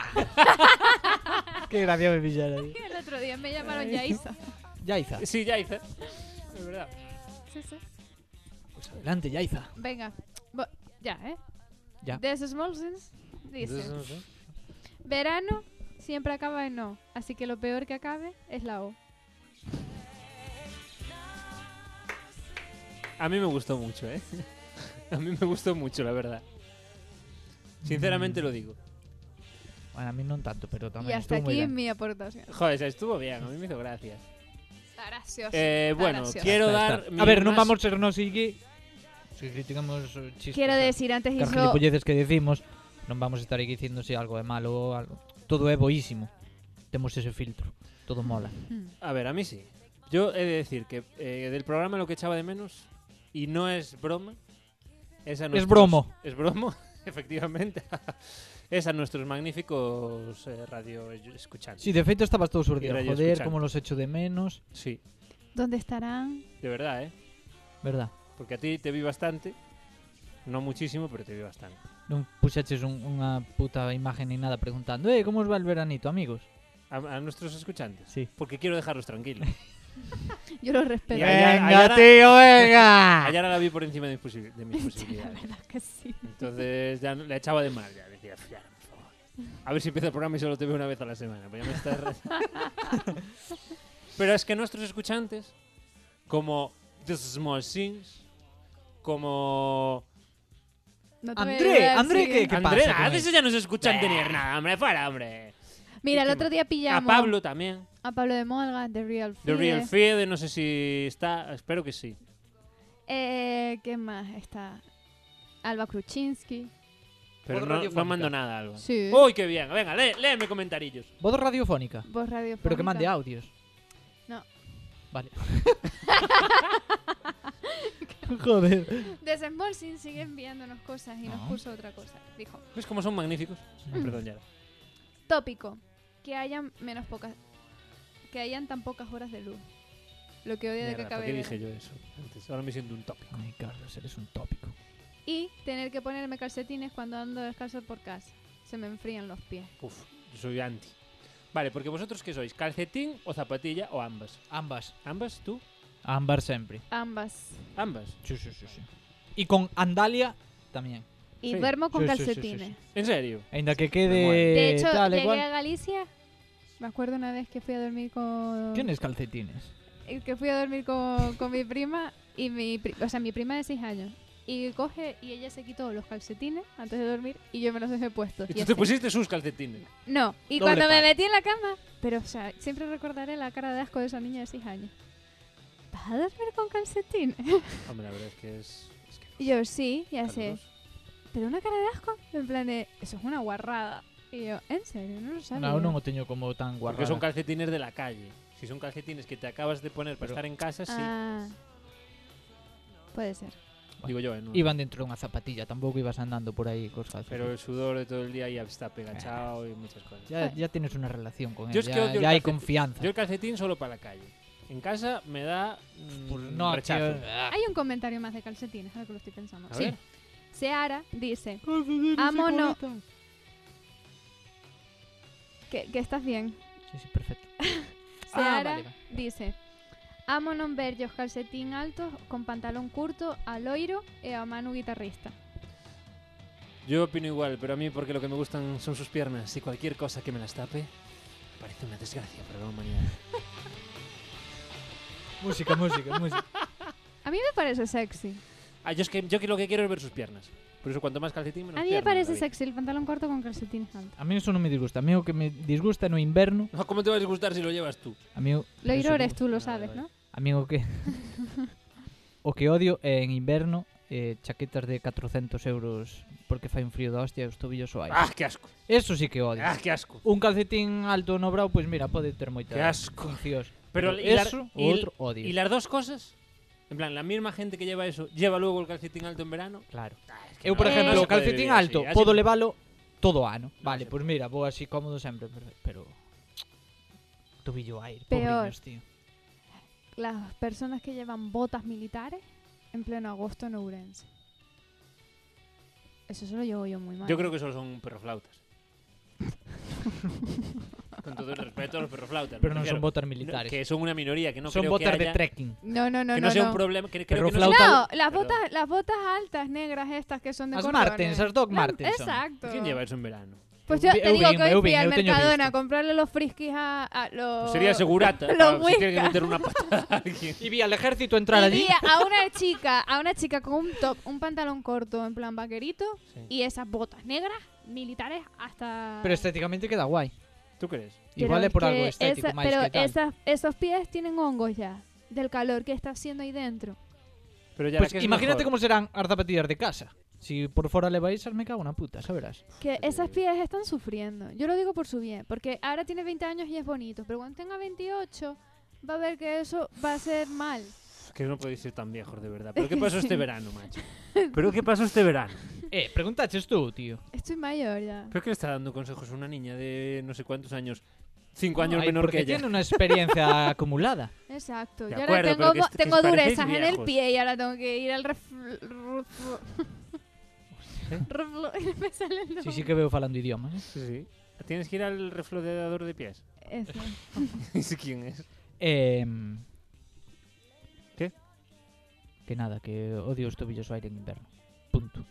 Qué gracia me pillaron. ahí.
El otro día me llamaron Yaisa.
Yaiza.
Sí, ya hice. Es verdad.
Sí, sí.
Pues adelante, Yaiza.
Venga. Bo- ya, ¿eh?
Ya.
Des Smolsens
Entonces,
dice:
no sé.
Verano siempre acaba en O. Así que lo peor que acabe es la O.
A mí me gustó mucho, ¿eh? A mí me gustó mucho, la verdad.
Mm.
Sinceramente lo digo.
Bueno, a mí no tanto, pero
y
también
hasta
estuvo muy
aquí
bien.
mi aportación.
Joder, o sea, estuvo bien, a mí me hizo gracia.
Gracioso.
Eh,
está
bueno,
gracioso.
quiero
Está,
dar.
está.
mi
A ver, no
más-
vamos a ser no sigui. Si criticamos eh, chistes.
Quiero decir, antes
As
hizo.
gilipolleces que decimos, non vamos a estar aquí dicindo se algo é malo ou algo. Todo é boísimo. Temos ese filtro. Todo mola.
Hmm.
A ver, a mí sí. Yo he de decir que eh, del programa lo que echaba de menos, y no es broma, es a nuestros-
bromo.
Es bromo, efectivamente. es a nuestros magníficos eh, radio escuchantes.
Si, sí, de feito estabas todo
Y
surdido.
radio
Joder,
escuchando.
como los echo de menos.
sí,
¿Dónde estarán?
de verdad, ¿eh?
Verdad.
Porque a ti te vi bastante. No muchísimo, pero te vi bastante.
Non puxaches un, unha puta imagen ni nada preguntando Eh, como os va el veranito, amigos?
A, a nuestros escuchantes.
Sí.
Porque quiero dejarlos tranquilos.
Yo los respeto.
Y a- Venga,
tío, venga!
Ayer la vi por encima de mis, posi- de
pues,
mis
La
posibilidades.
verdad que sí.
Entonces ya no- la echaba de mal. Ya decía, "Ya, por favor". A ver si empieza el programa y solo te veo una vez a la semana. pues ya me está re- Pero es que nuestros escuchantes, como The Small Things, como.
No te voy a
André,
ayudar,
André,
sigue.
¿qué, qué pasa?
Andrea, a
con él?
veces ya no se escuchan tener nada, hombre, fuera, hombre.
Mira, el
¿Qué
otro día
A
pillamos
Pablo también.
a Pablo de Molga, The Real
The
Fear.
Real Feed, no sé si está. Espero que sí.
Eh, ¿Qué más está? Alba Kruczynski.
Pero
Por
no,
radiofónica.
no mando nada,
Ah.
Alba.
Sí.
Oh.
¡Uy, qué bien! Venga, lee, léeme comentarillos.
Voz radiofónica.
Voz radiofónica.
Pero que mande audios.
No.
Vale. Joder.
De Smolsin sigue enviándonos cosas y nos
No.
puso otra cosa. Dijo,
¿Ves cómo son magníficos? Ah,
Mm.
Perdón, Yara.
tópico, que hayan menos pocas... Que hayan tan pocas horas de luz. Lo que odio de que
Mierda, ¿Por
acabe
qué
de-
dije yo eso? Antes, ahora me siento un tópico.
Ay, Carlos, eres un tópico.
Y tener que ponerme calcetines cuando ando descalzo por casa. Se me enfrían los pies.
Uf, yo soy anti. Vale, porque vosotros qué sois, calcetín o zapatilla o ambas.
Ambas.
¿Ambas tú?
Ambas siempre.
Ambas.
Ambas.
Sí, sí, sí, sí. Y con Andalia también.
Y
Sí.
duermo con
Sí, sí, sí, sí,
calcetines.
sí.
¿En serio?
Ainda que
Bueno.
quede
De hecho,
tal e
llegué
cual.
a Galicia. Me acuerdo una vez que fui a dormir con.
Tienes calcetines.
eh, Que fui a dormir con, con mi prima. Y mi, pri- o sea, mi prima de 6 años. Y coge y ella se quitó los calcetines antes de dormir y yo me los dejé puestos.
Y
Y
tú
así.
te pusiste sus calcetines.
No, y
Doble
cuando me
par.
metí en la cama. Pero, o sea, siempre recordaré la cara de asco de esa niña de 6 años. ¿Vas a dormir con calcetines?
Hombre, la verdad es que es... es que-
Y yo, sí, ya sé.
caluroso.
Pero una cara de asco. En plan de, eso es una guarrada. Y yo, ¿en serio? No lo sabía.
No, non o teño como tan
Porque
guardado.
son calcetines de la calle. Si son calcetines que te acabas de poner para
Pero-
estar en casa, sí.
Ah. Puede ser.
Digo yo, ¿eh? No.
Iban dentro dunha zapatilla, tampouco ibas andando por aí cos
Pero el
calcetines.
sudor de todo el día ya está pegachado y muchas cosas.
Ya, ya tienes una relación con él,
Yo es que
ya,
odio el
ya hay
calcetín.
confianza.
Yo el calcetín solo para la calle. En casa me da mm,
Pues no,
rechazo.
tío, ah,
Hay un comentario más de calcetines, ahora que lo estoy pensando.
A
Sí.
ver.
Seara dice Amo no- que, que estás bien.
Sí, sí, perfecto. Ah,
Seara
vale, vale.
dice Amo non ver os calcetín altos con pantalón curto a Loiro e a Manu guitarrista.
Yo opino igual, pero a mí porque lo que me gustan son sus piernas y cualquier cosa que me las tape parece una desgracia para la humanidad.
Música, música, música.
A mí me parece sexy.
Ah, yo es que yo que lo que quiero es ver sus piernas. Por eso cuanto más calcetín menos
A mí me
pierna,
parece
David.
sexy el pantalón corto con calcetines altos.
A mí eso non me disgusta. A mí o que me disgusta no inverno,
No, ¿Cómo te va a disgustar si lo llevas tú?
a mí o-
Loiro
eso-
eres tú, lo
Vale,
sabes,
vale.
¿no?
A mí o que o que odio é en inverno eh, chaquetas de 400 euros porque fai un frío da hostia e os tobillos soais.
¡Ah, qué asco!
Eso sí que odio.
¡Ah, qué asco!
Un calcetín alto no brau, pois pues mira, pode ter moitas
Que asco.
funcións.
Pero
Pero
y la-
eso,
y-
outro odio.
¿Y las dos cosas? En plan, la misma gente que lleva eso lleva luego el calcetín alto en verano.
Claro.
Ah, es que
Eu, por
no, no
exemplo,
se
o
puede
calcetín
vivir
alto,
así, así
podo
no.
levalo todo o ano.
No
Vale,
se
pois mira, vou así cómodo sempre, pero- pero tobillo aire,
Peor.
pobriños, tío.
Las personas que llevan botas militares en pleno agosto en Ourense. Eso se lo llevo yo muy mal.
Yo creo que solo son perroflautas. Con todo el respeto a los perroflautas.
Pero
me
non son
refiero.
botas
No,
militares.
Que son una minoría, que no
son
creo
botas
que
de
haya-
trekking.
No, no, no,
que no,
no.
sea
no.
un problema. Que, creo que no
Perroflauta-
sea-
No, las
Perdón.
botas, las botas altas, negras estas que son de
As
cordones.
Martens, as Doc
No,
Martens son.
Exacto.
¿Quién lleva eso en verano?
Pues yo
Eu
te
vi-
digo
eu
que hoy
eu
fui
vin,
al
eu teño
Mercadona a
visto.
comprarle los friskis a, a
Pues
los...
Pues Sería segurata.
los
para- si tiene que
whiskas.
meter una patada a alguien.
E vi al ejército entrar
Y
allí.
vi a una chica, a una chica con un top, un pantalón corto en plan vaquerito y esas botas negras militares hasta...
Pero estéticamente queda guai.
¿Tú crees?
Pero
Igual é por
que
algo estético
esa-
máis
Pero
que tal.
esas- esos pies tienen hongos ya, del calor que está haciendo ahí dentro.
Pero ya
Pues
que es
imagínate
mejor.
como serán as zapatillas de casa. Si por fora leváis, as me cago na puta, xa verás.
Que esas pies están sufriendo. Yo lo digo por su bien, porque ahora tiene 20 años y es bonito, pero cuando tenga 28 va a ver que eso va a ser mal.
Que no podéis ser tan viejos, de verdad. ¿Pero qué pasó este verano, macho? ¿Pero qué pasó este verano?
Eh, preguntaches tú, tío.
Estoy mayor ya.
¿Pero qué le está dando consejos a una niña de no sé cuántos años? Cinco años
Ay,
menor
porque
que ella.
tiene una experiencia acumulada.
Exacto.
De
Yo ahora
acuerdo,
tengo,
pero que
bo-
es- que
tengo
os parecéis
durezas en el
viejos.
pie y ahora tengo que ir al reflu... reflu- reflu- me sale el
Si sí
nombre.
que veo falando idiomas. eh.
Sí, sí. Tienes que ir al reflodeador de pies.
Eso.
¿Ese quién es?
Em,
¿Qué?
Que nada, que odio os tobillos ao aire en inverno. Punto.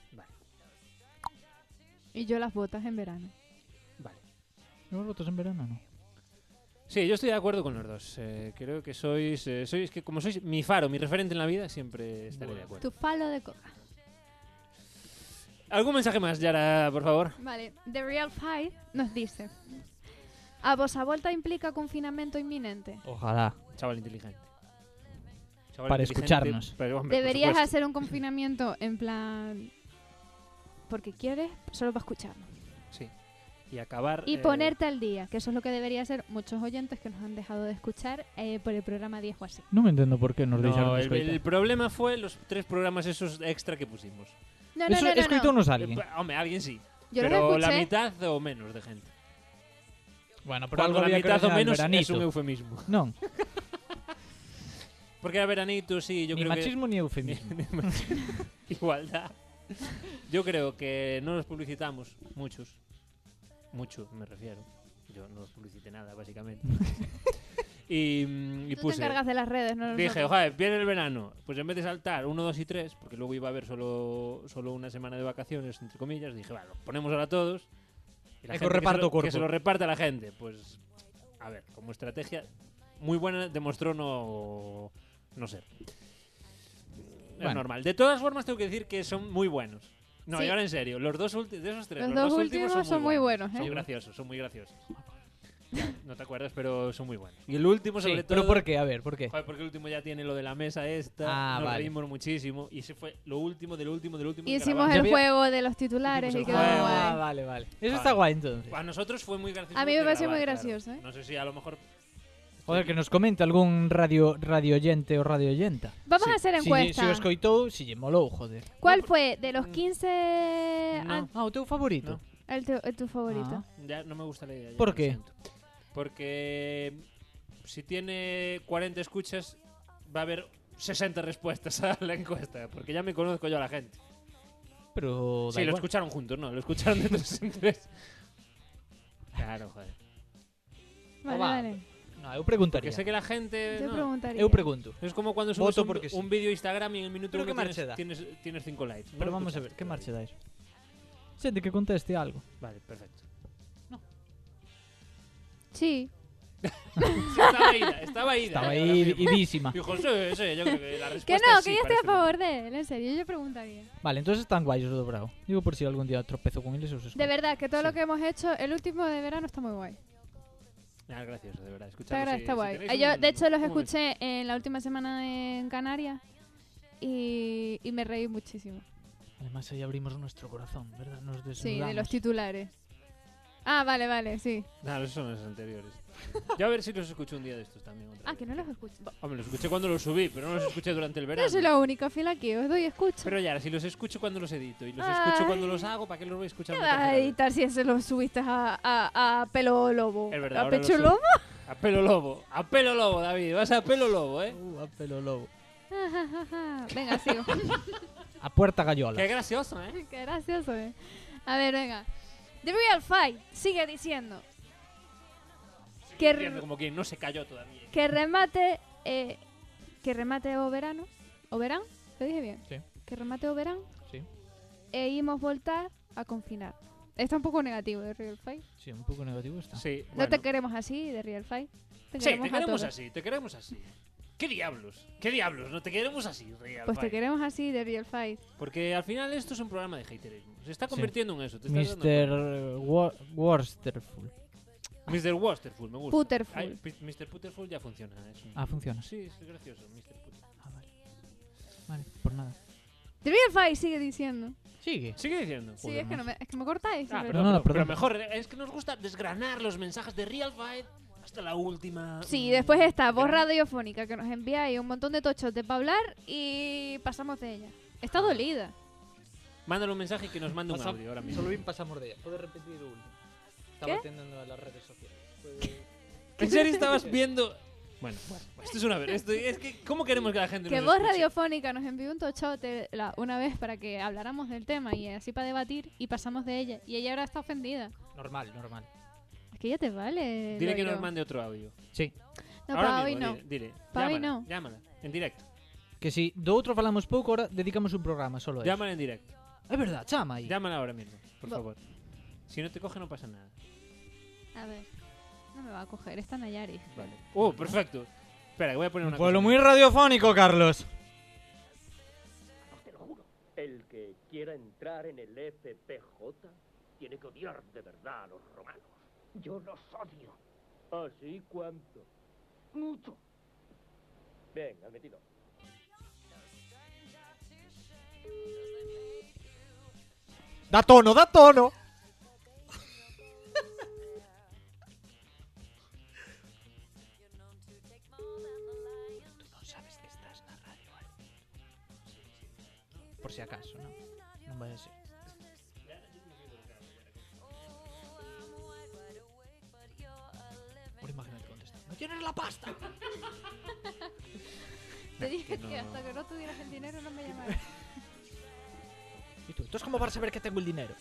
Y yo las botas en verano.
Vale.
¿No votos en verano no?
Sí, yo estoy de acuerdo con los dos. Eh, creo que sois, eh, sois que como sois mi faro, mi referente en la vida, siempre estaré de acuerdo.
Tu palo de coca.
¿Algún mensaje más, Yara, por favor?
Vale, The Real Five nos dice. A vosa volta implica confinamento inminente.
Ojalá.
Chaval inteligente. Chaval
Para
inteligente,
escucharnos.
pero, hombre, por
Deberías
supuesto.
hacer un confinamiento en plan porque quieres, solo para escucharnos.
Sí. Y acabar.
Y
eh,
ponerte al día, que eso es lo que debería hacer muchos oyentes que nos han dejado de escuchar eh, por el programa 10 o así.
Non me entendo por que nos deixaron
No, el, el
escoitar.
problema fue los tres programas esos extra que pusimos.
No, no,
Eso
no, no, no.
escoitounos
Eh,
alguén.
pa- hombre, alguien sí.
Yo los
pero la
escuché.
mitad o menos de gente.
Bueno, pero
Cuando
algo
la
había que
mitad o
rellenar el
menos es
veranito.
un eufemismo.
Non,
Porque era veranito, sí, yo
ni
creo que.
machismo ni eufemismo.
Igualdad. Yo creo que no nos publicitamos, muchos. Mucho, me refiero. Yo no publicité nada, básicamente. y, mm, y
Tú
puse.
te encargas de las redes, no
Dije,
nosotros.
ojalá, viene el verano. Pues en vez de saltar 1, 2 y 3, porque luego iba a haber solo, solo una semana de vacaciones, entre comillas, dije, vale, los ponemos ahora todos. Y
Eh, con reparto
que, se lo,
corto.
que se lo reparte a la gente. Pues, a ver, como estrategia muy buena, demostró no, no ser.
Bueno.
Es normal. De todas formas, tengo que decir que son muy buenos. No,
Sí.
y ahora en serio, los dos ulti- de esos tres,
Los
los,
dos
dos, últimos,
últimos
son muy buenos.
¿eh?
Son graciosos, son muy graciosos. Ya, no te acuerdas, pero son muy buenos. Y el último, sobre
Sí,
todo.
pero ¿por qué? A ver, ¿por qué?
Joder, porque el último ya tiene lo de la mesa esta.
Ah,
nos
vale.
reímos muchísimo. Y ese fue lo último, del último, del último.
Y
de
hicimos
Caravaggio.
Ya
el
vi-
juego de los titulares
Hicimos
y
el
quedó
juego.
guay.
Ah, vale, vale. Eso está
Vale.
guay entonces.
Para nosotros fue muy gracioso.
A mí
el
me
de
pareció muy
Caravaggio,
gracioso, ¿eh?
No sé si a lo mejor.
Joder, que nos comente algún radio radio oyente o radio oyenta.
Vamos
Sí.
a hacer
Si, lle-
encuesta.
si o escoitou, si lle molou, joder.
¿Cuál
No, por- Mm.
fue de los 15
No.
Eh, an-
Ah, o teu favorito.
No.
el, tu, el tu favorito?
Ah.
Ya no me gusta la idea. ya
¿Por
lo
qué?
siento. Porque. Si tiene 40 escuchas, va a haber 60 respuestas a la encuesta. Porque ya me conozco yo a la gente.
Pero Pues da
sí, lo
igual.
escucharon juntos, ¿no? Lo escucharon de tres en tres. Claro, joder.
Vale,
va.
vale.
No, eu preguntaría.
Porque sé que la gente.
Yo
Eh, no.
preguntaría.
Eu pregunto.
Es como cuando subes
Voto
un,
porque sí.
un vídeo a Instagram y en el minuto
Pero
uno
¿qué marcha
tienes,
da?
tienes, tienes cinco likes. pues ¿no?
Pero vamos a ver,
Escuchaste.
que marche dais? Xente que conteste algo.
Vale, perfecto.
Sí.
Sí, estaba ida, estaba ida.
Estaba
eh,
ahí
ahora mismo.
idísima.
Dijo, sí, sí, yo creo que la respuesta
Que no,
es sí,
que yo estoy
parece
a favor de él, en serio, yo preguntaría.
Vale, entonces están guais os do Bravo. Digo por si algún día tropezo con eles os escoito.
De verdad, que todo
Sí.
lo que hemos hecho, el último de verano está muy guay.
que- Ah, gracioso, de verdad. Escuchadlo
Está, gra-
si-
está
si
guay.
tenéis
Ah, yo,
un-
de hecho, los
un momento.
escuché en la última semana en Canarias y, y me reí muchísimo.
Además ahí abrimos nuestro corazón, ¿verdad? Nos desnudamos.
Sí, de los titulares. Ah, vale, vale, sí.
No, esos son los anteriores. Yo a ver si los escucho un día de estos también. Otra
Ah,
vez.
que no los escucho.
Hombre, los escuché cuando los subí, pero no los escuché durante el verano.
Yo soy la única fiel aquí, os doy escucha.
Pero ya, si los escucho cuando los edito y los
Ay.
escucho cuando los hago, ¿para qué los voy a escuchar?
¿Qué
una
vas a
tercera vez?
editar si se lo subiste a, a, a pelo lobo?
Es verdad,
¿A
ahora lo
pecho
subo.
lobo?
A pelo lobo, a pelo lobo, David. Vas a pelo lobo, ¿eh?
Uh, a pelo lobo.
venga, sigo.
A puerta gallola.
Qué gracioso, ¿eh?
Qué gracioso, eh. A ver, venga. The Real Fight sigue diciendo que,
Entiendo
r-
como que no se cayó todavía.
que remate eh, que remate o verano o verán, lo dije bien.
Sí.
Que remate o verán
Sí.
e imos voltar a confinar. Está un poco negativo de Real Fight.
Sí, un pouco negativo está.
Sí,
No te queremos así de Real Fight. Te
Sí, te
a
queremos
todos.
así, te queremos así. ¿Qué diablos? ¿Qué diablos? No te queremos así, Real
Pues te
Fight.
queremos así de Real Fight.
Porque al final esto es un programa de haterismo. Se está
Sí.
convirtiendo en eso. Te estás dando cuenta.
Mr. Wo- Worsterful.
Mr. Wasterful, me gusta.
Puterful.
Ay, pi- Mr. Puterful ya funciona. ¿eh? es un-
Ah, funciona.
Sí, es gracioso, Mr. Puterful.
Ah, vale. Vale, por nada.
The Real Fight sigue diciendo.
Sigue.
Sigue diciendo.
sí,
Joder,
es que, no me, es que me cortáis.
Ah,
siempre.
perdón,
No, no,
pero- pero
perdón.
mejor. eh, Es que nos gusta desgranar los mensajes de Real Fight hasta la última.
Sí,
mm,
después está voz
gran-
radiofónica que nos envía y un montón de tochos de pa' hablar y pasamos de ella. Está dolida.
Mándale un mensaje y que nos mande un
Pasa-
audio ahora mismo.
Solo bien pasamos de ella. Puedes repetir uno. Estaba
¿Qué?
atendiendo a las redes sociales.
¿En serio estabas viendo.? Bueno, esto es una ver. Esto, es que, ¿Cómo queremos que la gente
Que
nos
voz
escuche?
radiofónica nos envió un tochote la- una vez para que habláramos del tema y así para debatir y pasamos de ella. Y ella ahora está ofendida.
Normal, normal.
Es que ya te vale.
Dile que
Loiro.
nos mande otro audio.
Sí.
No,
Ahora
para hoy
mismo,
no.
Dile, dile.
Pa' hoy
llámala,
no.
Llámala, en directo.
Que si do outro falamos pouco, ahora dedicamos un programa solo a eso.
Llámala en directo.
É verdad, chama aí.
Llámala ahora mismo, por
Bo-
favor. Si no te coge, no pasa nada.
A ver. No me va a coger, está Nayari.
Vale. Uh, perfecto. Espera, que voy a poner una. cosa.
radiofónico, Carlos.
Te lo juro. El que quiera entrar en el FPJ tiene que odiar de verdad a los romanos. Yo los odio.
¿Ah,
¿Así cuánto? Mucho. Bien, admitido.
Da tono, da tono. ¿eh? Por si acaso, ¿no? No vaya a ser. Ahora imagínate contestar. ¡No tienes la pasta!
Te dije
que
que,
no.
hasta que no tuvieras el dinero no me llamaras.
¿Y tú? ¿Tú es como para saber que tengo el dinero?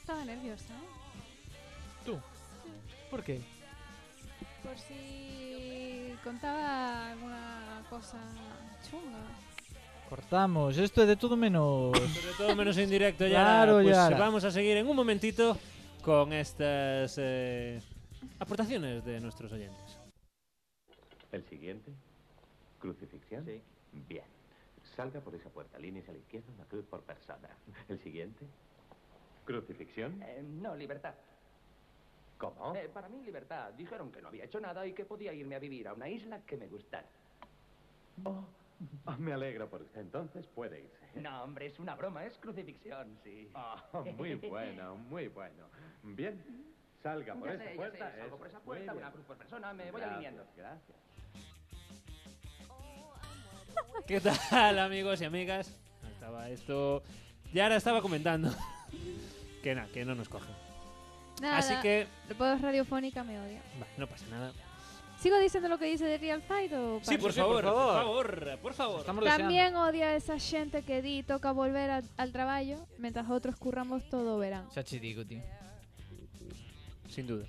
estaba nerviosa, ¿eh?
¿Por qué?
Por si contaba alguna cosa chunga.
Cortamos. Esto es de todo menos.
Sobre todo menos en directo, ya.
Claro,
pues
Yara.
vamos a seguir en un momentito con estas eh, aportaciones de nuestros oyentes.
¿El siguiente? ¿Crucifixión? Sí. Bien. Salga por esa puerta. Líneas a la izquierda, una cruz por persona. ¿El siguiente? ¿Crucifixión?
Eh, no, libertad.
¿Cómo?
Eh, para mí, libertad. Dijeron que no había hecho nada y que podía irme a vivir a una isla que me gustara.
Ah, me alegro por usted. Entonces puede irse.
No, hombre, es una broma, es crucifixión, sí.
Ah, muy bueno, muy bueno. Bien. Salga por
Ya
esa
sé, ya
puerta.
sé, salgo por esa puerta,
muy
una
bien.
cruz por persona, me voy
Gracias,
alineando.
Gracias.
¿Qué tal, amigos y amigas? Estaba esto. Yara estaba comentando que nada, que no nos cogen.
Nada,
Así que,
la voz radiofónica me odia.
vale, no pasa nada.
¿Sigo diciendo lo que dice de Real Fight o
Sí,
paro?
por
sí, por
favor, por
favor.
favor, por favor.
Estamos deseando.
También odia a esa gente que di toca volver a- al trabajo mientras otros curramos todo verán.
Xa che digo, tío.
Sin duda.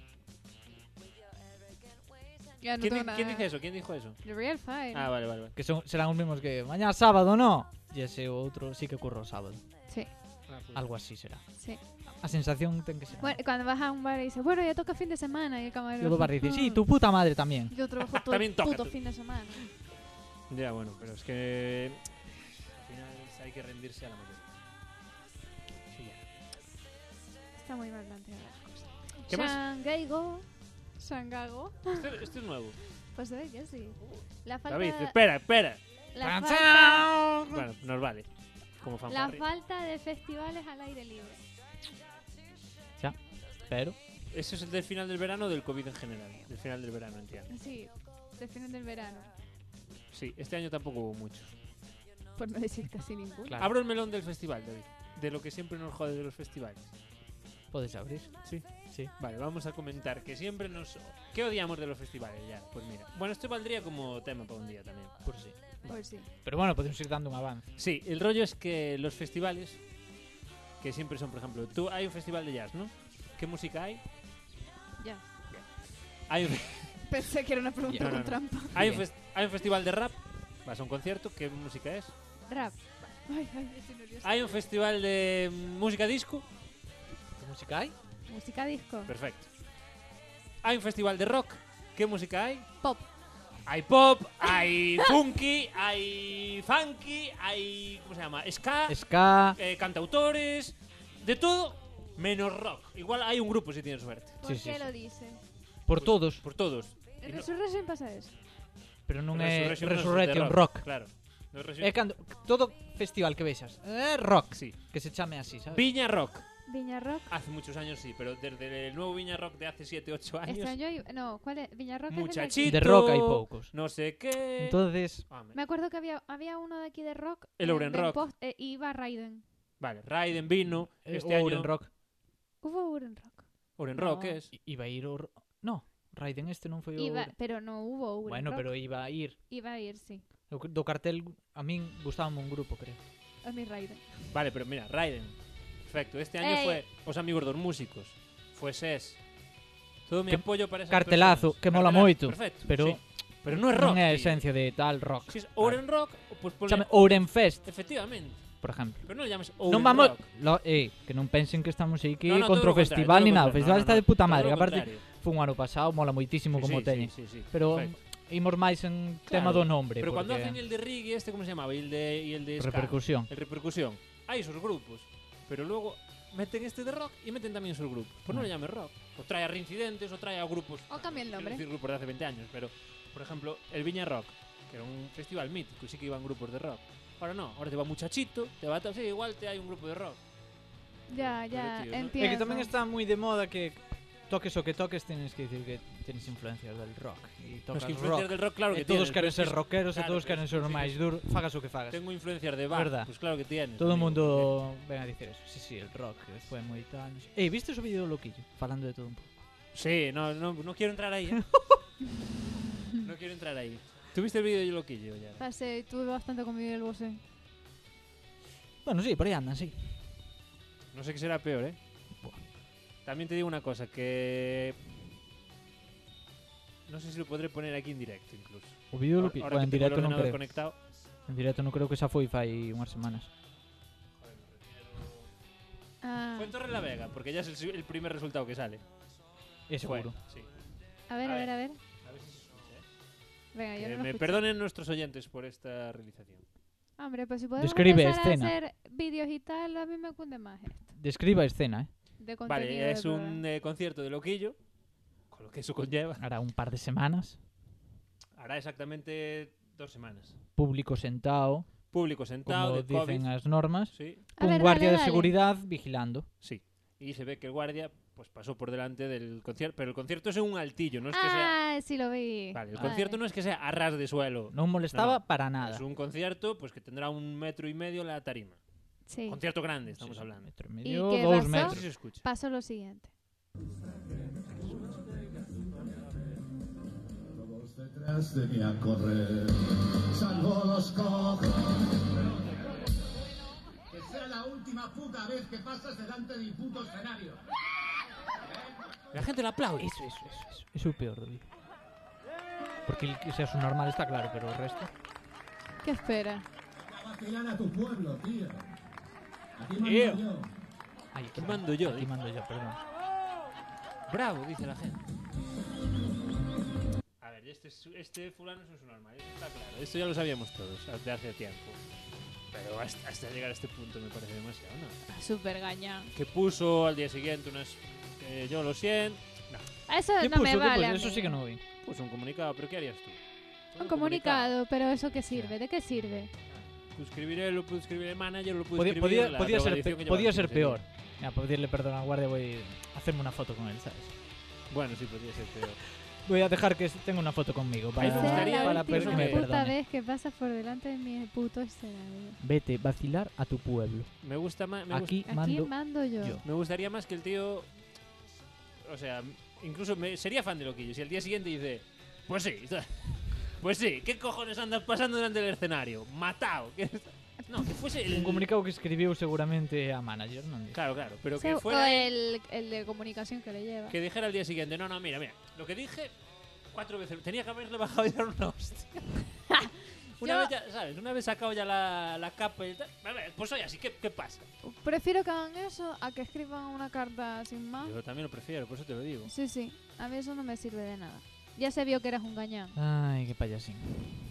Ya no
¿Quién,
tengo
di-
nada.
quién dice eso? ¿Quién dijo eso?
The Real Fight.
Ah, vale, vale, vale.
Que son, serán os mismos que mañá sábado, no? E ese outro sí que curro o sábado.
Sí,
Ah, pues.
Algo así será.
sí.
A sensación ten que ser.
Bueno, cuando vas a un bar y dices, bueno, ya toca fin de semana. Y el
E
camarero
o do bar dice,
mm.
sí, tu puta madre tamén.
Yo trabajo todo
También
el
toca
puto
tú.
fin de semana.
Ya, bueno, pero es que. Al final hay que rendirse a la mayoría. Sí, ya.
Está muy mal planteada la cosa.
¿Qué más?
Shangaigo. Shangago.
Esto, esto es nuevo.
Pues se ve que sí. La falta,
David, espera, espera.
la, falta,
Chao.
Bueno, nos vale. Como
la
fanfarria.
falta de festivales al aire libre.
Xa. Pero
Eso es el del final del verano o del COVID en general. Del final del verano, entiendo.
Sí, definen del verano.
Sí, este año tampoco hubo mucho.
Por no decir casi ninguno.
Claro.
Abro el melón del festival, David. De lo que siempre nos jode de los festivales.
podes abrir.
Sí.
Sí.
Vale, vamos a comentar que siempre nos. ¿Qué odiamos de los festivales ya? Pues mira. Bueno, esto valdría como tema para un día también.
Por si.
Pues sí.
Pero bueno, podemos ir dando un avance.
Sí, el rollo es que los festivales, que siempre son, por ejemplo, tú hay un festival de jazz, ¿no? ¿Qué música hay?
Ya.
Hay un,
Pensé que era una pregunta
Ya,
no,
con
no.
trampa.
hay un fes- hay un festival de rap, vas a un concierto, ¿qué música es?
Rap. Ay, ay, estoy nerviosa.
Hay un festival de música disco,
Que música hai?
Música disco.
perfecto. Hay un festival de rock, ¿qué música hay?
Pop.
Hay pop, hay funky, hay funky, hay ¿cómo se llama? Ska,
Ska.
eh, cantautores, de todo menos rock. Igual hay un grupo si tienes suerte.
¿Por
Sí, sí,
qué
sí.
lo dices?
Por todos,
Por todos.
En
Y no-
Resurrection pasa eso.
pero non é
Resurrection no es de
Resurrection Rock.
Claro. No es Resu-
É cando todo festival que vexas, é rock,
Sí.
que se chame así, sabes?
Viña Rock.
Viña Rock.
Hace muchos años sí, pero desde el nuevo Viña Rock de hace 7, 8
Este
años.
año hay- No, ¿cuál es? Viña Rock es el de aquí.
Muchachito.
De rock hai poucos.
No sé qué.
Entonces,
Ah, me-
Me acuerdo que había, había uno de aquí de rock.
El
eh,
Ouren
del
Rock.
post- eh, iba Raiden.
Vale, Raiden vino.
eh,
este
Ouren
año.
Rock
Hubo Ouren Rock.
Ouren
No.
Rock es.
I- iba a ir o... No, Raiden este non foi o...
Iba,
Ouren.
pero no hubo Ouren
Bueno,
Rock.
pero iba a ir.
Iba a ir, sí.
Do do cartel a min gustábame un grupo, creo.
A mi Raiden.
Vale, pero mira, Raiden. Perfecto. Este año
Ey.
fue Os Amigos dos Músicos. Fue SES. Todo mi
Que-
apoyo para esas
cartelazo,
personas.
que mola
Cartelazo,
moito,
Perfecto.
pero-
sí. Pero no es rock.
Non é a
tío.
esencia de tal rock.
Si es Ouren Rock, pues ponle-
Chame Ouren Fest,
Efectivamente.
por exemplo.
Pero no le llames Ouren
Non vamos...
Rock.
Lo, eh, que non pensen que estamos aí que
No, no,
contra
todo
o
lo contrario,
festival
todo
ni
lo
nada. O
contrario.
festival
No, no,
está de
no,
puta
todo
madre.
lo
Que aparte,
contrario.
foi un ano pasado, mola moitísimo
Sí,
como
sí,
teñen.
sí, sí, sí,
Pero
perfecto.
imos máis en
Claro,
tema do nombre.
Pero cuando
porque
hacen el de reggae, este, ¿cómo se llamaba? Y el de, y el de ska.
Repercusión.
El repercusión. Hay esos grupos. Pero luego meten este de rock y meten también esos grupos. Pues no,
Ah.
le llames rock. O trae a reincidentes o trae a grupos.
O cambia el
quiero
nombre.
decir grupos de hace 20 años. Pero, por ejemplo, el Viña Rock, que era un festival mítico y sí que iban grupos de rock. Ahora no, ahora te va muchachito, te va a. Sí, igual te hay un grupo de rock.
Ya, ya,
tío, ¿no?
entiendo.
É que tamén está moi de moda que toques o que toques tienes que decir que tienes influencias del rock e
Los
tocas rock.
que influencias del rock, claro
e
que
todos
tienes,
queren
pero
ser
es-
rockeros e
claro,
todos
pero
queren
es-
ser o
sí,
máis duro, fagas o que fagas.
Tengo influencias de Bach.
Verdad.
Pues claro que tienes.
Todo o
amigo, porque-
mundo ven a dicir eso. Sí, sí, el rock eh, foi moi tal. non sei. Eh, viste o vídeo do Loquillo falando de todo un pouco?
Sí, no, no, no quiero entrar ahí. ¿eh? no quiero entrar ahí. ¿Tuviste el vídeo de Loquillo ya?
Pasé, tuve bastante con Miguel Bosé.
Bueno, sí, por aí andan, sí.
No sé qué será peor, ¿eh? También te digo una cosa, que... No sé si lo podré poner aquí en directo incluso.
O vídeo lo
Ahora-
pi-
ahora
bueno,
que
en
tengo el
directo no
ordenador
creo.
conectado.
En directo no creo que xa foi fai unhas semanas.
Ah,
Fue en Torre la Vega, porque ya es el, si- el primer resultado que sale.
É seguro.
Fue, sí.
a ver, a
a
ver,
ver.
a ver.
A ver si se escucha, ¿eh?
Venga, yo
Que
Ah, no lo
me
escuché.
perdonen nuestros oyentes por esta realización.
Hombre, pues si podemos
Describe
empezar
escena.
a hacer vídeos y tal, a mí me cunde más esto.
Describa a escena, eh.
De contenido.
Vale,
de
es
programa.
un eh, concierto de Loquillo, con lo que eso conlleva.
Hará un par de semanas.
Hará exactamente dos semanas.
Público sentado, como
Público sentado, de COVID.
dicen as normas.
Sí,
A
Un
ver,
guardia
dale,
de
dale.
seguridad vigilando.
sí. Y se ve que el guardia pues pasó por delante del concierto. Pero el concierto es en un altillo, no es que sea.
Ah, sí lo vi.
Vale, el concierto no es que sea a ras de suelo.
Non molestaba
No, no.
para nada.
Es un concierto pues que tendrá un metro y medio la tarima.
Sí. Ah.
Concierto grande, estamos
Sí, sí,
hablando.
Metro e medio,
¿Y qué pasó?
dous
No sé
metros.
si se escucha.
Pasó lo siguiente.
Detrás tenía a correr, salvo los cojos. Que sea la última puta vez que pasas delante de mi puto escenario.
La gente lo aplaude.
Eso, eso, eso, eso. Eso é o peor do vídeo. Porque el que sea su normal está claro, pero o resto...
¿Qué espera?
Va a vacilar a tu pueblo, tío. Aquí mando
Tío.
yo.
Ay, aquí
mando yo, ¿eh?
Aquí
dice.
mando yo, perdón.
Bravo, dice la gente. A ver, este, es- este fulano es un normal, eso está claro. Esto ya lo sabíamos todos desde hace tiempo. Pero hasta, hasta llegar a este punto me parece demasiado, ¿no?
Súper gañán.
Que puso al día siguiente unas. que yo lo siento.
Eso
¿Qué
no
puso?
me
¿Qué
vale.
puso?
a
Eso
mí.
sí que no vi.
Puso un comunicado, pero ¿qué harías tú?
Un comunicado, pero ¿eso qué sirve? ¿De qué sirve?
Lo Pues escribiré, lo puede escribir el manager, lo puede
Podía,
escribir.
podía,
Pues la
podía ser,
drogadicción
pe-
que
podía
llevaba
ser
15
peor.
días.
Mira, pedirle perdón al guardia, voy a hacerme una foto con él, ¿sabes?
Bueno, sí, podía ser peor.
Voy a dejar que tenga una foto conmigo para,
Ahí me
Sea
gustaría-
la
para
última
pedir que me
puta
perdone.
vez que pasas por delante de mi puto escenario.
Vete, vacilar a tu pueblo.
Me gusta más. Me, gust-
Aquí
Aquí
mando
mando yo.
yo.
me gustaría más que el tío. O sea, incluso me- sería fan de Loquillo. Si al día siguiente dice: Pues sí, pues sí, ¿qué cojones andas pasando delante del escenario? Matao. Que- No, que fuese el.
Un comunicado que escribiu seguramente a manager, non digo.
Claro, claro, pero
Seu-
que
o
fuera.
el, el de comunicación que le lleva.
Que dijera al día siguiente: No, no, mira, mira, lo que dije cuatro veces. Tenía que haberle bajado y dar una hostia. Una
Yo-
vez ya, ¿sabes? Una vez sacado ya la, la capa y tal. a ver, Pues oye, así, ¿qué, ¿qué pasa?
Prefiero que hagan eso a que escriban una carta sin más.
Yo también lo prefiero, por eso te lo digo.
Sí, sí. A mí eso no me sirve de nada. Ya se vio que eras un gañán.
Ai, que payasín.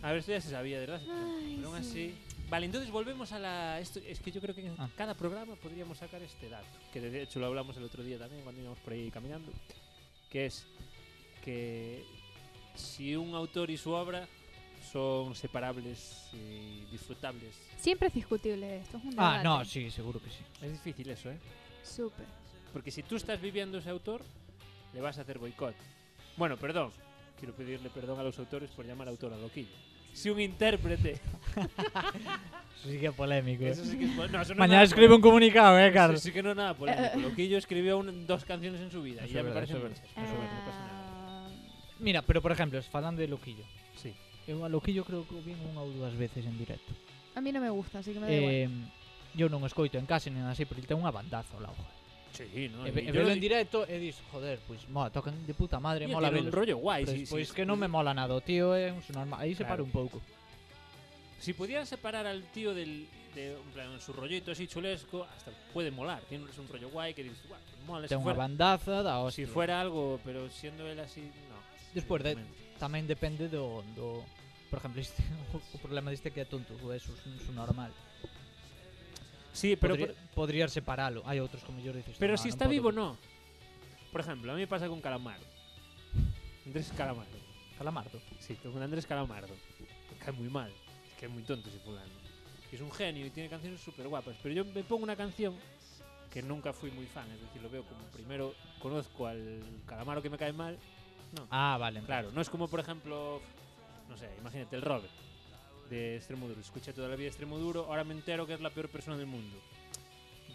A ver, esto ya se sabía, ¿verdad?
Ay,
Pero aún
sí.
así. Vale, entonces volvemos a la. Esto, es que yo creo que en
Ah.
cada programa podríamos sacar este dato. Que de hecho lo hablamos el otro día también cuando íbamos por ahí caminando. Que es que si un autor y su obra son separables y disfrutables.
Siempre es discutible esto. Es un
Ah,
debate.
no, sí, seguro que sí.
Es difícil eso, ¿eh?
Súper.
Porque si tú estás viviendo ese autor, le vas a hacer boicot. Bueno, perdón. Quiero pedirle perdón a los autores por llamar autor a Loquillo. Si un intérprete.
Eso sí que é polémico. Eh?
Eso sí que es. No, eso no es nada
Mañana escribe
bueno.
un comunicado, eh,
Eso
Carlos.
sí que no es nada polémico. Loquillo escribió un- dos canciones en su vida
Eso
y ya
es
me
verdad,
parece
eso es
muchas.
verdad.
No se puede, no pasa nada.
Ah,
Mira, pero por exemplo, falando de Loquillo.
Sí.
Eu a Loquillo creo que o vin unha ou dúas veces en directo.
a mí no me gusta, así que me da igual.
Eh, eu non o escoito en casa nen así, pero ele ten unha bandaza ao lado.
Sí, no.
E,
y
ve- e
yo
velo
lo
en
di-
directo e dis, joder, pois pues, mola, tocan de puta madre,
y
mola
tiene un
velos.
rollo guay.
Pero
sí,
despois
sí,
que non me mola nada o tío, é un normal. Aí se
Claro.
para un pouco.
Si pudieran separar al tío del, de en plan, su rollito así chulesco, hasta puede molar. Tiene es un rollo guy que dices, guau, mola. Si
Ten unha
fuera,
bandaza da
o
hostia.
si fuera algo, pero siendo él así, no.
Después de-
directamente.
Tamén depende do, do por exemplo, este, o, o problema diste que é tonto, o é su, su normal.
Sí, pero,
Pero podría, podría separalo. Hai outros como yo dices.
pero
"No, non
si está
podo".
vivo, no. Por ejemplo, a mí me pasa con Calamaro. Andrés Calamaro.
Calamardo.
Sí, pero con Andrés Calamardo. Me cae muy mal. Es que es muy tonto ese fulano. Es un genio y tiene canciones súper guapas. Pero yo me pongo una canción que nunca fui muy fan. Es decir, lo veo como primero conozco al Calamaro que me cae mal.
Ah, vale.
Claro, no es como por ejemplo, no sé, imagínate el Robert de Extremo Duro. Escuché toda la vida Extremo Duro, ahora me entero que es la peor persona del mundo.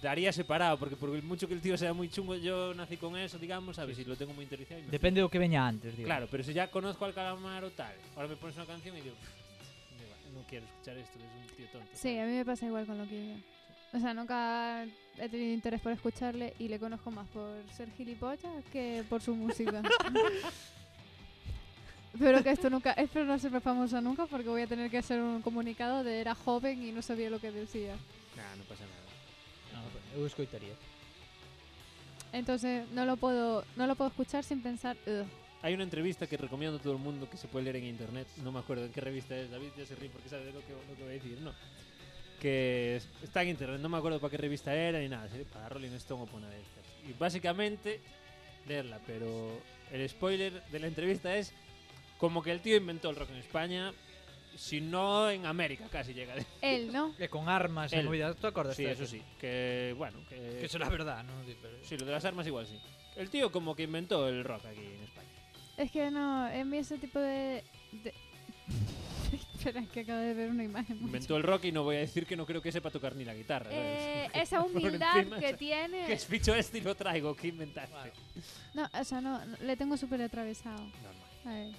Daría separado, porque por mucho que el tío sea muy chungo, yo nací con eso, digamos, ¿sabes?
Sí,
Y lo tengo muy interiorizado. y me
Depende do que veña antes, digo.
Claro, pero si ya conozco al calamar o tal, ahora me pones una canción y digo, "Pff, me va- no quiero escuchar esto, es un tío tonto.
Sí, a mí me pasa igual con lo que yo. O sea, nunca he tenido interés por escucharle y le conozco más por ser gilipollas que por su música. Espero que esto nunca, espero no serme famosa nunca porque voy a tener que hacer un comunicado de era joven y no sabía lo que decía.
Nah, no pasa nada.
No, eu escoitaría.
Entonces no lo puedo, no lo puedo escuchar sin pensar. "Ugh".
Hay una entrevista que recomiendo a todo el mundo que se puede leer en internet. No me acuerdo en qué revista es. David ya se ríe porque sabe de lo que, lo que voy a decir, ¿no? Que es- está en internet, no me acuerdo para qué revista era ni nada. sí, Para Rolling Stone o para una de estas. Y básicamente, leerla, pero el spoiler de la entrevista es como que el tío inventó el rock en España, si no en América casi llega.
Él, ¿no?
E con armas e
El-
movidas, tú acordas?
Sí, eso sí. Que bueno,
Eh, Que eso é a verdad, non? Di, Pero...
Sí, lo de las armas igual sí. El tío como que inventó el rock aquí en España.
Es que no, en mí ese tipo de... de- Espera, es que acabo de ver una imagen. muy
Inventó el rock y no voy a decir que no creo que sepa tocar ni la guitarra.
chula.
¿sabes?
Eh,
Porque
esa
por
humildad
encima,
que
esa-
tiene...
Que es bicho este y lo traigo, que inventaste.
Bueno.
No, o sea, no, no, le tengo súper atravesado.
Normal.
A él.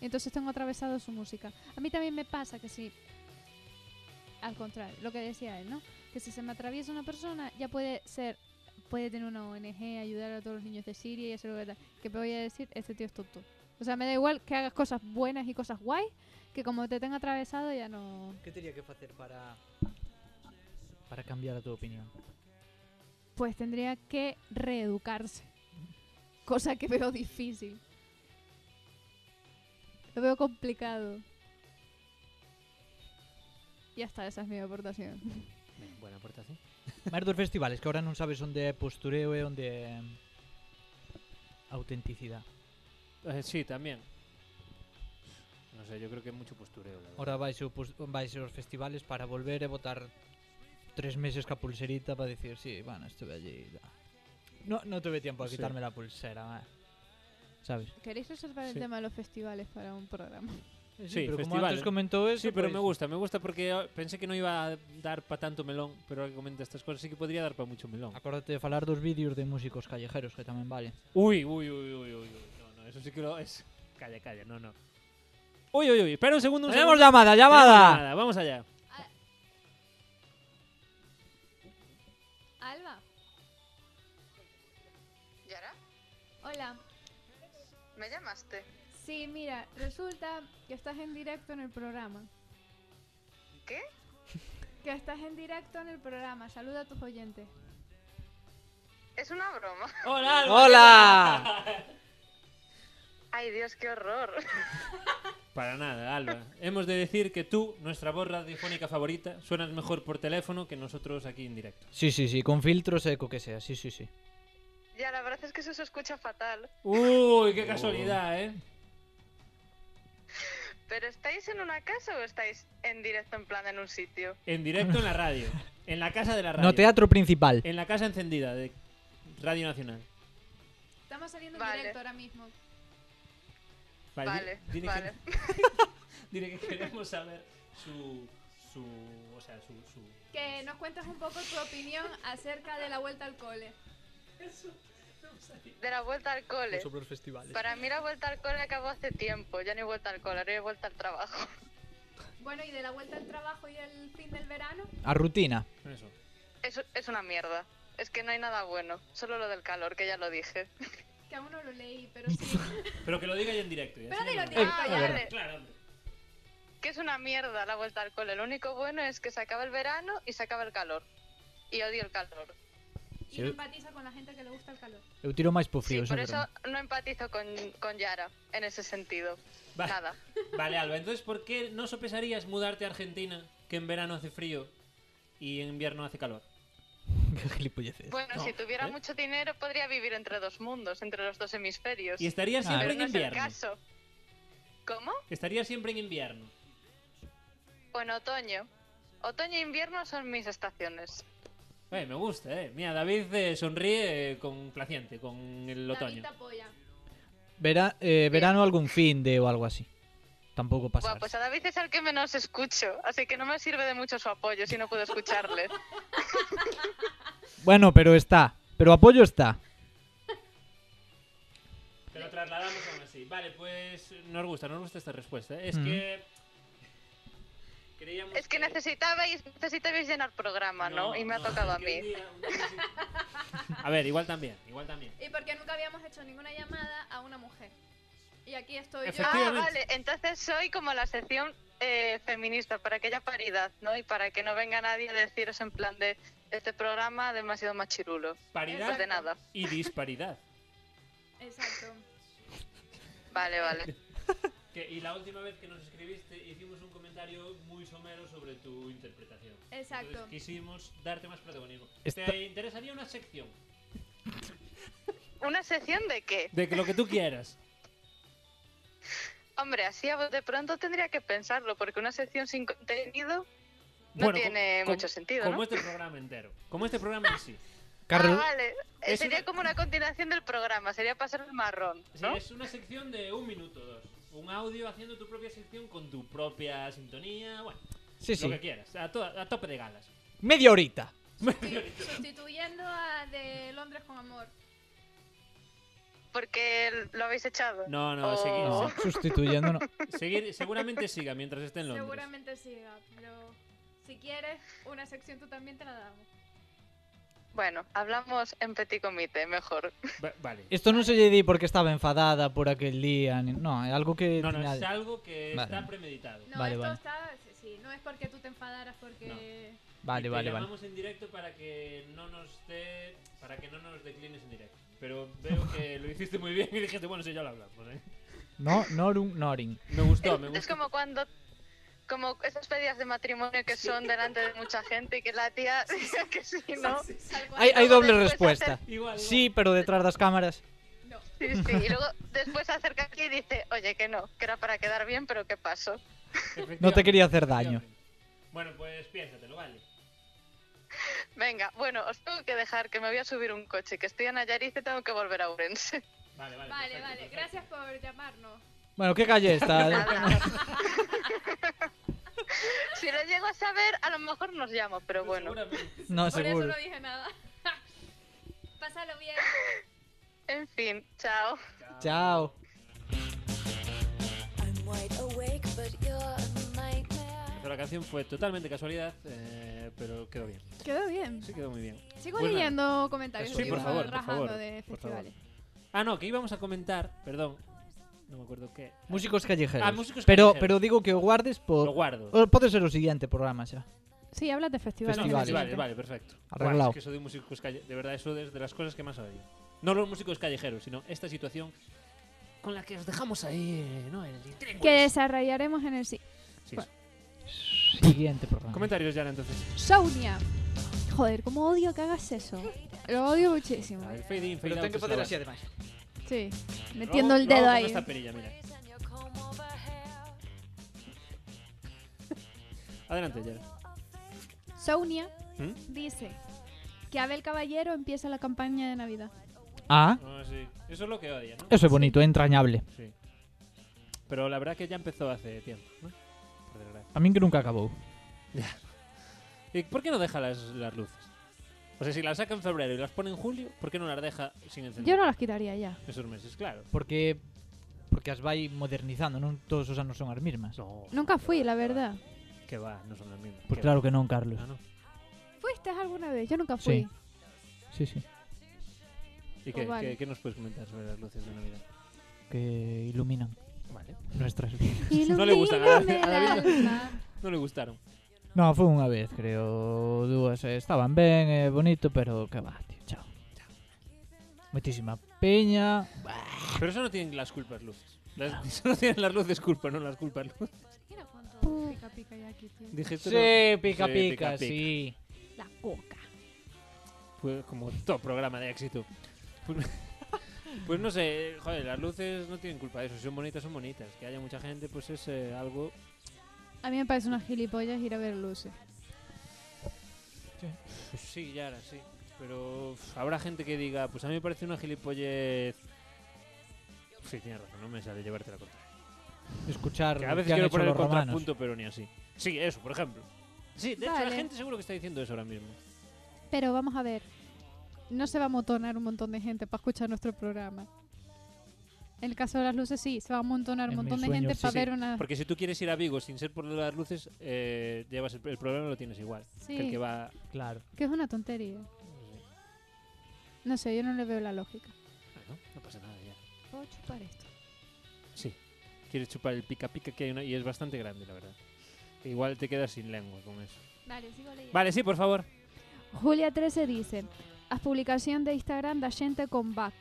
Y Entonces tengo atravesado su música. A mí también me pasa que si... Al contrario, lo que decía él, ¿no? Que si se me atraviesa una persona, ya puede ser... Puede tener una ONG, ayudar a todos los niños de Siria y hacer lo que tal. Que me voy a decir, este tío es tonto. O sea, me da igual que hagas cosas buenas y cosas guay, que como te tenga atravesado ya no...
Que teria que facer para... Para cambiar a tua opinión?
Pues tendría que reeducarse. Cosa que veo difícil. Lo veo complicado. Ya está, esa es mi aportación.
Bien, Buena aportación.
Máis dos festivales, que ahora non sabes onde é postureo e onde é... Autenticidade.
Eh, sí, también. No sé, yo creo que es mucho postureo. la verdad.
Ora vais, ao pos- vais aos festivales para volver e botar tres meses ca pulserita para dicir, sí, bueno, estuve allí. Da. No, no tuve tiempo a
Sí.
quitarme la pulsera, eh. ¿sabes?
¿Queréis reservar el
Sí.
tema de los festivales para un programa?
Sí,
pero como
festival,
antes
eh.
comentou eso,
Sí, pero
pois,
me gusta, me gusta porque ah, pensé que no iba a dar para tanto melón, pero ahora que comenta estas cosas sí que podría dar para mucho melón.
Acuérdate de falar dos vídeos de músicos callejeros que tamén vale.
Uy, uy, uy, uy, uy, uy. No, no, eso sí que lo es. Calla, calla, no, no. Uy, uy, uy, espera un segundo. Un
Tenemos
segundo.
llamada,
Tenemos
llamada.
llamada, Vamos allá.
Alba,
¿Yara?
hola.
¿Me llamaste?
Sí, mira, resulta que estás en directo en el programa.
¿Qué?
Que estás en directo en el programa. Saluda a tus oyentes.
Es una broma.
Hola,
Hola.
Ay, Dios, qué horror.
Para nada, Alba. Hemos de decir que tú, nuestra voz radiofónica favorita, suenas mejor por teléfono que nosotros aquí en directo.
Sí, sí, sí, con filtros eco que sea, sí, sí, sí.
Ya, la verdad es que eso se escucha fatal.
Uy,
Oh.
qué casualidad, ¿eh?
¿Pero estáis en una casa o estáis en directo en plan en un sitio?
En directo en la radio. En la casa de la radio.
No teatro principal.
En la casa encendida de Radio Nacional.
Estamos saliendo
Vale.
en directo ahora mismo.
Vale,
di- dile que-
vale.
dile que queremos saber su... su o sea, su... su
Que nos cuentes un poco tu opinión acerca de la vuelta al cole.
De la vuelta al cole.
os festivales.
Para mí la vuelta al cole acabó hace tiempo. Ya no he vuelta al cole, ahora he vuelta al trabajo.
Bueno, y de la vuelta al trabajo y el fin del verano.
A rutina.
Eso.
Es, es una mierda. Es que no hay nada bueno. Solo lo del calor, que ya lo dije.
Que aún no lo leí, pero sí.
Pero que lo diga ya en directo. y
Pero
así
dilo
no-
en directo,
Ah,
ya.
vale.
Claro, hombre.
Que es una mierda la vuelta al cole. Lo único bueno es que se acaba el verano y se acaba el calor. Y odio el calor.
Y no empatiza con la gente que le gusta el calor.
Eu tiro máis po frío,
Sí, por
é
eso
verdade.
no empatizo con, con Yara en ese sentido.
Va-
Nada.
Vale, Alba, entonces, ¿por qué no sopesarías mudarte a Argentina, que en verano hace frío y en invierno hace calor?
Que gilipolleces.
Bueno, si tuviera
¿eh?
mucho dinero podría vivir entre dos mundos, entre los dos hemisferios.
Y estarías
Ah,
siempre
Pero
en
no es el
invierno.
caso. ¿Cómo?
Estarías siempre en invierno.
O en otoño. Otoño e invierno son mis estaciones.
Eh, me gusta, eh. Mira, David eh, sonríe eh, complaciente con el otoño.
apoya.
Vera, eh, verano algún fin de o algo así. Tampouco
Buah,
pasar.
pues ah. a David es el que menos escucho, así que no me sirve de mucho su apoyo si no puedo escucharle.
Bueno, pero está. Pero apoio está.
Te lo trasladamos eh. aún así. Vale, pues nos gusta, nos gusta esta respuesta. Es
Mm.
que...
Es que necesitabais, necesitabais llenar programa, ¿no? y me ha tocado a mí.
A ver, igual también, igual también.
Y porque nunca habíamos hecho ninguna llamada a una mujer. Y aquí estoy yo.
Ah, vale, entonces soy como la sección eh, feminista, para que haya paridad, ¿no? Y para que no venga nadie a deciros en plan de este programa demasiado machirulo.
Paridad
Pues de nada.
y disparidad.
Exacto.
Vale, vale.
Que- y la última vez que nos escribiste hicimos un comentario muy somero sobre tu interpretación.
Exacto.
Entonces quisimos darte más protagonismo.
Está-
¿Te interesaría una sección?
¿Una sección de qué?
De que lo que tú quieras.
Hombre, así a voz de pronto tendría que pensarlo, porque una sección sin contenido no
Bueno,
tiene
como-
mucho sentido,
Como
¿no?
este programa entero. Como este programa en sí.
Ah,
Carlos,
vale. Eh,
es
sería
una-
como una continuación del programa, sería pasar el marrón,
Sí,
¿no?
es una sección de un minuto, dos. Un audio haciendo tu propia sección con tu propia sintonía. Bueno,
sí,
lo
sí.
que quieras. A, to- a tope de galas.
Media horita.
Sí, Sustituyendo a de Londres con amor.
Porque el- lo habéis echado.
No, no,
O-
seguir,
No, sustituyendo no.
seguir- seguramente siga mientras esté en Londres.
Seguramente
ah,
siga, pero si quieres una sección tú también te la damos.
Bueno, hablamos en petit comité, mejor.
Va- vale.
Esto non se lle di porque estaba enfadada por aquel día, ni... no, é algo que
No, no,
tiña-
es algo que
Vale.
está premeditado.
No,
Vale,
esto
vale.
está. Sí, sí, no es porque tú te enfadaras, porque.
Vale,
Y te
vale, vale.
llamamos en directo para que no nos dé- para que no nos declines en directo. Pero veo que lo hiciste muy bien y dijiste, bueno, sí, ya lo hablamos, ¿eh?
No, Norun, Norin.
Me gustó, me
Es
gustó.
como cuando. Como esas pedidas de matrimonio que son delante de mucha gente y que la tía diga que sí, ¿no?
Tal cual.
Hay, hay
Luego
doble
después
respuesta.
Igual, igual.
Sí, pero detrás das cámaras.
No.
Sí, sí. Y luego después se acerca aquí y dice, oye, que no, que era para quedar bien, pero ¿qué pasó?
Efectivamente,
No te quería hacer daño.
efectivamente. Bueno, pues piénsatelo, vale.
Venga, bueno, os tengo que dejar que me voy a subir un coche, que estoy en Nayarit y tengo que volver a Urense.
Vale,
Vale,
vale. perfecto,
vale.
perfecto.
Gracias por llamarnos.
Ah,
Bueno, ¿qué calle está?
Nada. si lo llego a saber, a lo mejor nos llamo, pero bueno.
Seguramente.
No,
por eso
seguro.
no dije nada. Pásalo bien.
En fin, chao.
Chao.
Pero la canción fue totalmente casualidad, eh, pero quedó bien.
Quedó bien.
Sí, quedó muy bien.
Sigo
Pues nada.
leyendo comentarios.
Sí,
porque
por
iba
favor, por
rajando
favor,
de
por favor.
festivales.
Ah, no, que íbamos a comentar, perdón. No me acuerdo qué.
Músicos callejeros.
Ah, músicos
pero,
callejeros.
pero digo que o guardes
Lo
por...
guardo.
Pode ser o siguiente programa xa.
Sí, hablas de festivales.
Festivales,
Festivales.
vale, vale, perfecto.
Arreglado.
Guau, es que eso de músicos calle- de verdad, eso es de las cosas que más odio. No los músicos callejeros, sino esta situación con la que os dejamos ahí, eh, ¿no? El
Que desarrollaremos en el sí.
Sí,
Bueno.
eso.
Siguiente programa.
Comentarios, Yara, entonces.
Sonia. Joder, cómo odio que hagas eso. Lo odio muchísimo.
A ver, fade in, fade out, eso es la base.
ademais.
Sí,
Lo
metiendo
hago-
el
lo hago
dedo
con
ahí.
esta perilla, mira. Adelante, Yara.
Sonia
¿Mm?
dice que Abel Caballero empieza la campaña de Navidad.
Ah,
Ah, sí. Eso es lo que odia, ¿no?
eso é bonito, é entrañable.
Sí. Pero la verdad que ya empezó hace tiempo, ¿no? Por desgracia.
A min que nunca acabou.
¿Y por qué no deja las, las luces? O sea, si las saca en febrero y las pone en julio, ¿por qué no las deja sin encender?
Yo no las quitaría ya.
Esos meses, claro.
Porque porque as vai modernizando, non todos os anos son as mismas.
No.
Nunca fui, la verdad.
Que va, no son las mismas.
Pois
Que
claro
va.
que non, Carlos.
Ah, no.
¿Fuiste alguna vez? Yo nunca fui.
Sí. Sí, sí.
¿Y qué,
Pues vale.
qué- qué nos puedes comentar sobre las luces de Navidad?
Que iluminan
Vale.
nuestras vidas.
No le gusta nada.
Ilumíname el
A David
alma.
No le gustaron.
No, foi unha vez, creo, dúas, eh, estaban ben, eh, bonito, pero que va, tío, chao. Muchísima peña.
Pero eso no tienen las culpas luces. Las, eso no tienen las luces culpa, no las culpas luces.
Mira cuánto pica pica ya aquí, tío.
Dije esto
Este Sí,
no-
pica
Sí,
pica, sí.
La coca.
Pues como todo programa de éxito. Pues, pues no sé, joder, las luces no tienen culpa de eso. Si son bonitas, son bonitas. Que haya mucha gente, pues es eh, algo.
A mí me parece una gilipollas ir a ver luces.
Pues sí, ya ahora sí. Pero uf, habrá gente que diga, pues a mí me parece una gilipollez. Sí, tienes razón, no me sale llevarte la contra.
Escuchar
Que
lo
a veces
que han
quiero
hecho
poner el
los romanos.
contrapunto, pero ni así. Sí, eso, por ejemplo. Sí, de hecho,
Vale.
la gente seguro que está diciendo eso ahora mismo.
Pero vamos a ver. No se va a motonar un montón de gente para escuchar nuestro programa. En el caso de las luces, sí, se va a amontonar un montón de gente para ver una.
Porque si tú quieres ir a Vigo sin ser por las luces, eh, llevas el, el problema lo tienes igual.
Sí.
Que el que va.
Claro.
Que es una tontería. No sé, yo no le veo la lógica.
Bueno, no pasa nada ya.
Puedo chupar esto.
Sí. Quieres chupar el pica pica que hay una, y es bastante grande, la verdad. Que Igual te quedas sin lengua con eso.
Vale, sigo leyendo.
Vale, sí, por favor.
Julia 13 dice: Haz publicación de Instagram da gente con back.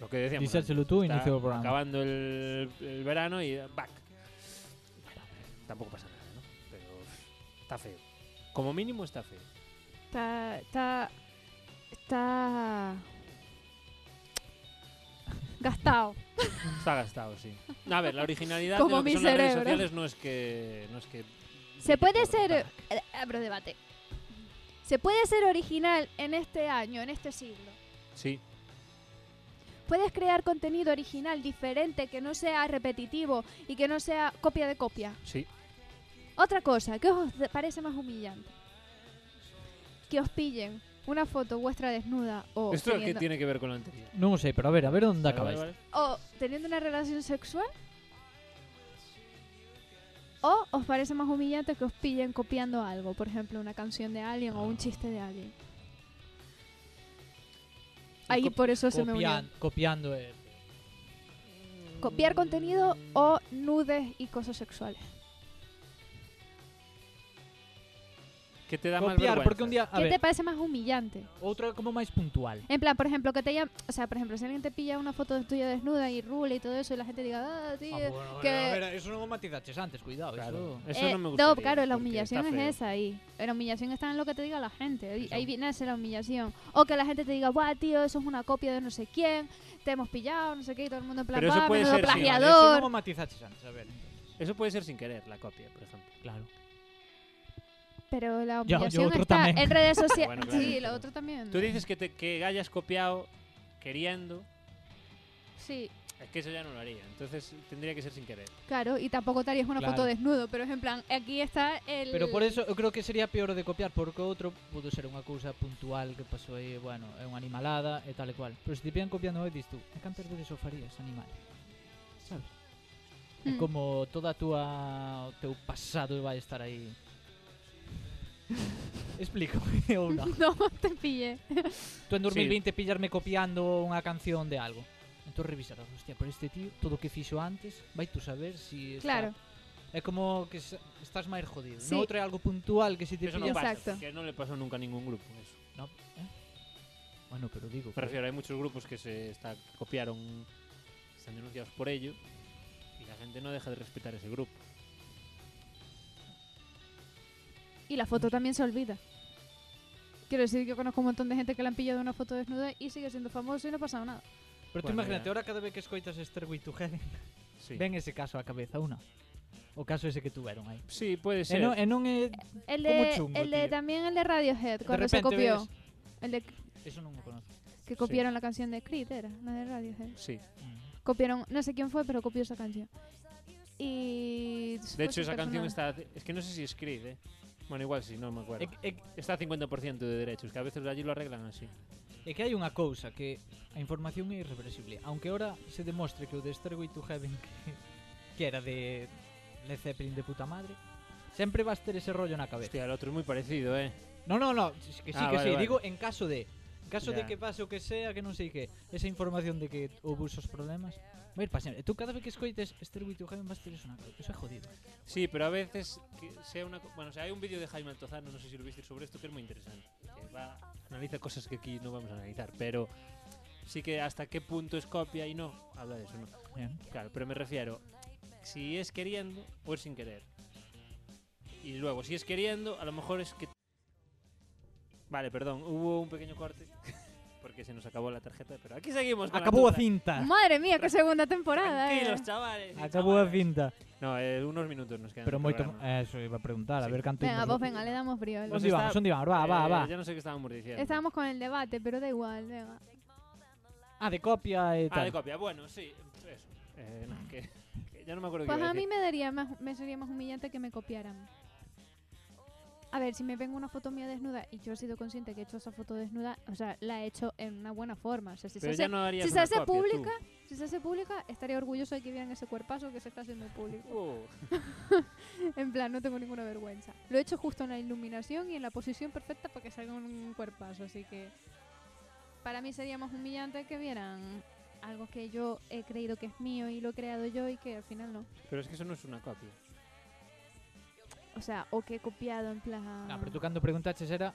Lo que decíamos.
Díselo tú,
Está
inicio del programa.
Acabando el, el verano y back. Bueno, tampoco pasa nada, ¿no? Pero uf, está feo. Como mínimo está feo.
Está. Está. Está. Gastado.
Está gastado, sí. A ver, la originalidad
Como
de lo que
mi
son las redes
cerebro.
sociales no es que no es que
Se puede ser. eh, Abro debate. Se puede ser original en este año, en este siglo.
sí.
Puedes crear contenido original, diferente, que no sea repetitivo y que no sea copia de copia.
Sí.
Otra cosa, ¿qué os de- parece más humillante? Que os pillen una foto vuestra desnuda o,
¿Esto qué
Oh, teniendo,
tiene que ver con lo anterior?
No sé, pero a ver, a ver dónde acaba
Vale,
esto.
vale.
o teniendo una relación sexual. O os parece más humillante que os pillen copiando algo, por ejemplo, una canción de alguien
Ah.
o un chiste de alguien. Ahí
Cop-
por eso se me unió.
Copian- Copiando. eh,
Copiar contenido o nudes y cosas sexuales.
¿Qué te da más
Copiar,
vergüenza?
porque un día. A
¿Qué te
ver,
parece más humillante?
otro como más puntual.
En plan, por ejemplo, que te llaman, o sea, por ejemplo, si alguien te pilla una foto de tuya desnuda y rula y todo eso y la gente diga, ah, tío,
Ah, bueno,
que...
a ver, eso no matizaches antes, cuidado.
Claro,
eso-
eso
Eh,
no me gusta.
no, claro, la humillación es esa ahí. La humillación está en lo que te diga la gente. Ahí,
Eso.
ahí viene esa la humillación. O que la gente te diga, guau, tío, eso es una copia de no sé quién, te hemos pillado, no sé qué, y todo el mundo en plan,
Pero eso
"Buah,
puede
menudo
ser, sí, vale,
plagiador.
Eso no matizaches antes, a ver.
Eso puede ser sin querer la copia, por ejemplo.
Claro.
Pero la
Ya, yo
humillación
otro
está
también.
en redes sociales.
Bueno, claro,
sí, lo
pero-
otro también.
Tú dices que te que hayas copiado queriendo,
Sí,
es que eso ya no lo haría. Entonces tendría que ser sin querer.
claro, y tampoco te harías una
Claro.
foto desnudo, pero es en plan, aquí está el...
Pero por eso eu creo que sería peor de copiar porque outro pudo ser unha cousa puntual que pasou aí, bueno, é unha animalada e tal e cual. Pero se te pillan copiando e dis tú, e cantas veces o farías, animal? Sabes? É
Mm.
como toda a túa o teu pasado vai estar aí. Explico, ou non?
No, te pillé.
Tú en 2020 pillarme copiando unha canción de algo. Entón revisarás, hostia, pero este tío, todo o que fixo antes, vai tú saber si
Claro.
está... É como que se- estás máis jodido.
Sí.
No outro é algo puntual que se te
Eso no
pilla...
pasa,
Exacto.
porque no le pasó nunca a ningún grupo eso.
No, ¿eh? Bueno, pero digo.
Me refiero, hay muchos grupos que se está- copiaron, están denunciados por ello, y la gente no deja de respetar ese grupo.
Y la foto también se olvida. Quiero decir que conozco un montón de gente que le han pillado una foto desnuda y sigue siendo famoso y no ha pasado nada.
Pero tú
Bueno,
imagínate,
mira.
ahora cada vez que escoitas Stairway to Heaven,
Sí,
ven ese caso á cabeza, una. O caso ese que tuveron aí.
sí puede
E
ser.
non, e non é...
El
Como
de,
chungo,
el de
tío.
también el de Radiohead, cuando se
repente
copió.
ves-
El de
Eso non o conozco.
que copiaron la canción de Creed, era, la de Radiohead.
Sí.
Mm.
Copiaron, no sé quién fue, pero copió esa canción. Y
De
fue
hecho, esa
súper
canción
sonada.
está... Es que no sé si es Creed, ¿eh? Bueno, igual sí, no me
É,
acuerdo.
que- é,
Está a 50% de derechos, que a veces allí lo arreglan así.
é que hai unha cousa que a información é irreversible. Aunque ahora se demostre que o de Stairway to Heaven que, que era de Led Zeppelin de puta madre, sempre vas ter ese rollo na cabeza.
Hostia, el otro es muy parecido, ¿eh?
No, no, no, es que sí,
Ah,
que
vale,
sí.
vale.
Digo, en caso de. En caso de
Ya.
que pase o que sea, que non sei que. Esa información de que houve esos problemas. Vai ir pasando. E tú cada vez que escoites Stairway to Heaven vas ter eso na cabeza. Eso é jodido.
Sí, pero a veces que sea una... co- Bueno, o sea, hay un vídeo de Jaime Altozano, no sé si lo viste sobre esto, que es muy interesante. Que va, analiza cosas que aquí no vamos a analizar, pero sí que hasta qué punto es copia y no, habla de eso, ¿no?
Eh?
Claro, pero me refiero, si es queriendo o es sin querer. Y luego, si es queriendo, a lo mejor es que... Vale, perdón, hubo un pequeño corte porque se nos acabou la tarjeta, pero aquí seguimos. con la
Acabou a
turra.
cinta.
Madre mía, qué segunda temporada. eh.
Tranquilos, chavales. y
Acabou a
chavalas.
cinta.
No, eh, unos minutos nos quedan.
Pero
de
moito...
programa.
eh, Eso iba a preguntar, a
Sí.
ver canto...
Venga, pues
imos-
venga, le damos
No
briola.
sé,
Onde vamos,
está-
onde vamos,
Ah,
va, va,
Eh,
va.
Ya no sé qué estábamos diciendo.
Estábamos con el debate, pero da igual, venga.
Ah, de copia e
Ah, de
tal.
copia. Bueno, sí, eso. Eh, no, que, que ya no me acuerdo qué
Pues
iba
a
decir.
mí me daría más, me sería más humillante que me copiaran. A ver, si me vengo una foto mía desnuda y yo he sido consciente que he hecho esa foto desnuda, o sea, la he hecho en una buena forma. O sea, si
Pero
se
ya
hace,
no harías
si se
una
hace
copia, tú.
pública, Si se hace pública, estaría orgulloso de que vieran ese cuerpazo que se está haciendo público. en plan, no tengo ninguna vergüenza. Lo he hecho justo en la iluminación y en la posición perfecta para que salga un cuerpazo, así que para mí sería más humillante que vieran algo que yo he creído que es mío y lo he creado yo y que al final no.
Pero es que eso no es una copia.
O sea, o que he copiado en plan...
Ah, pero tú cando preguntaches era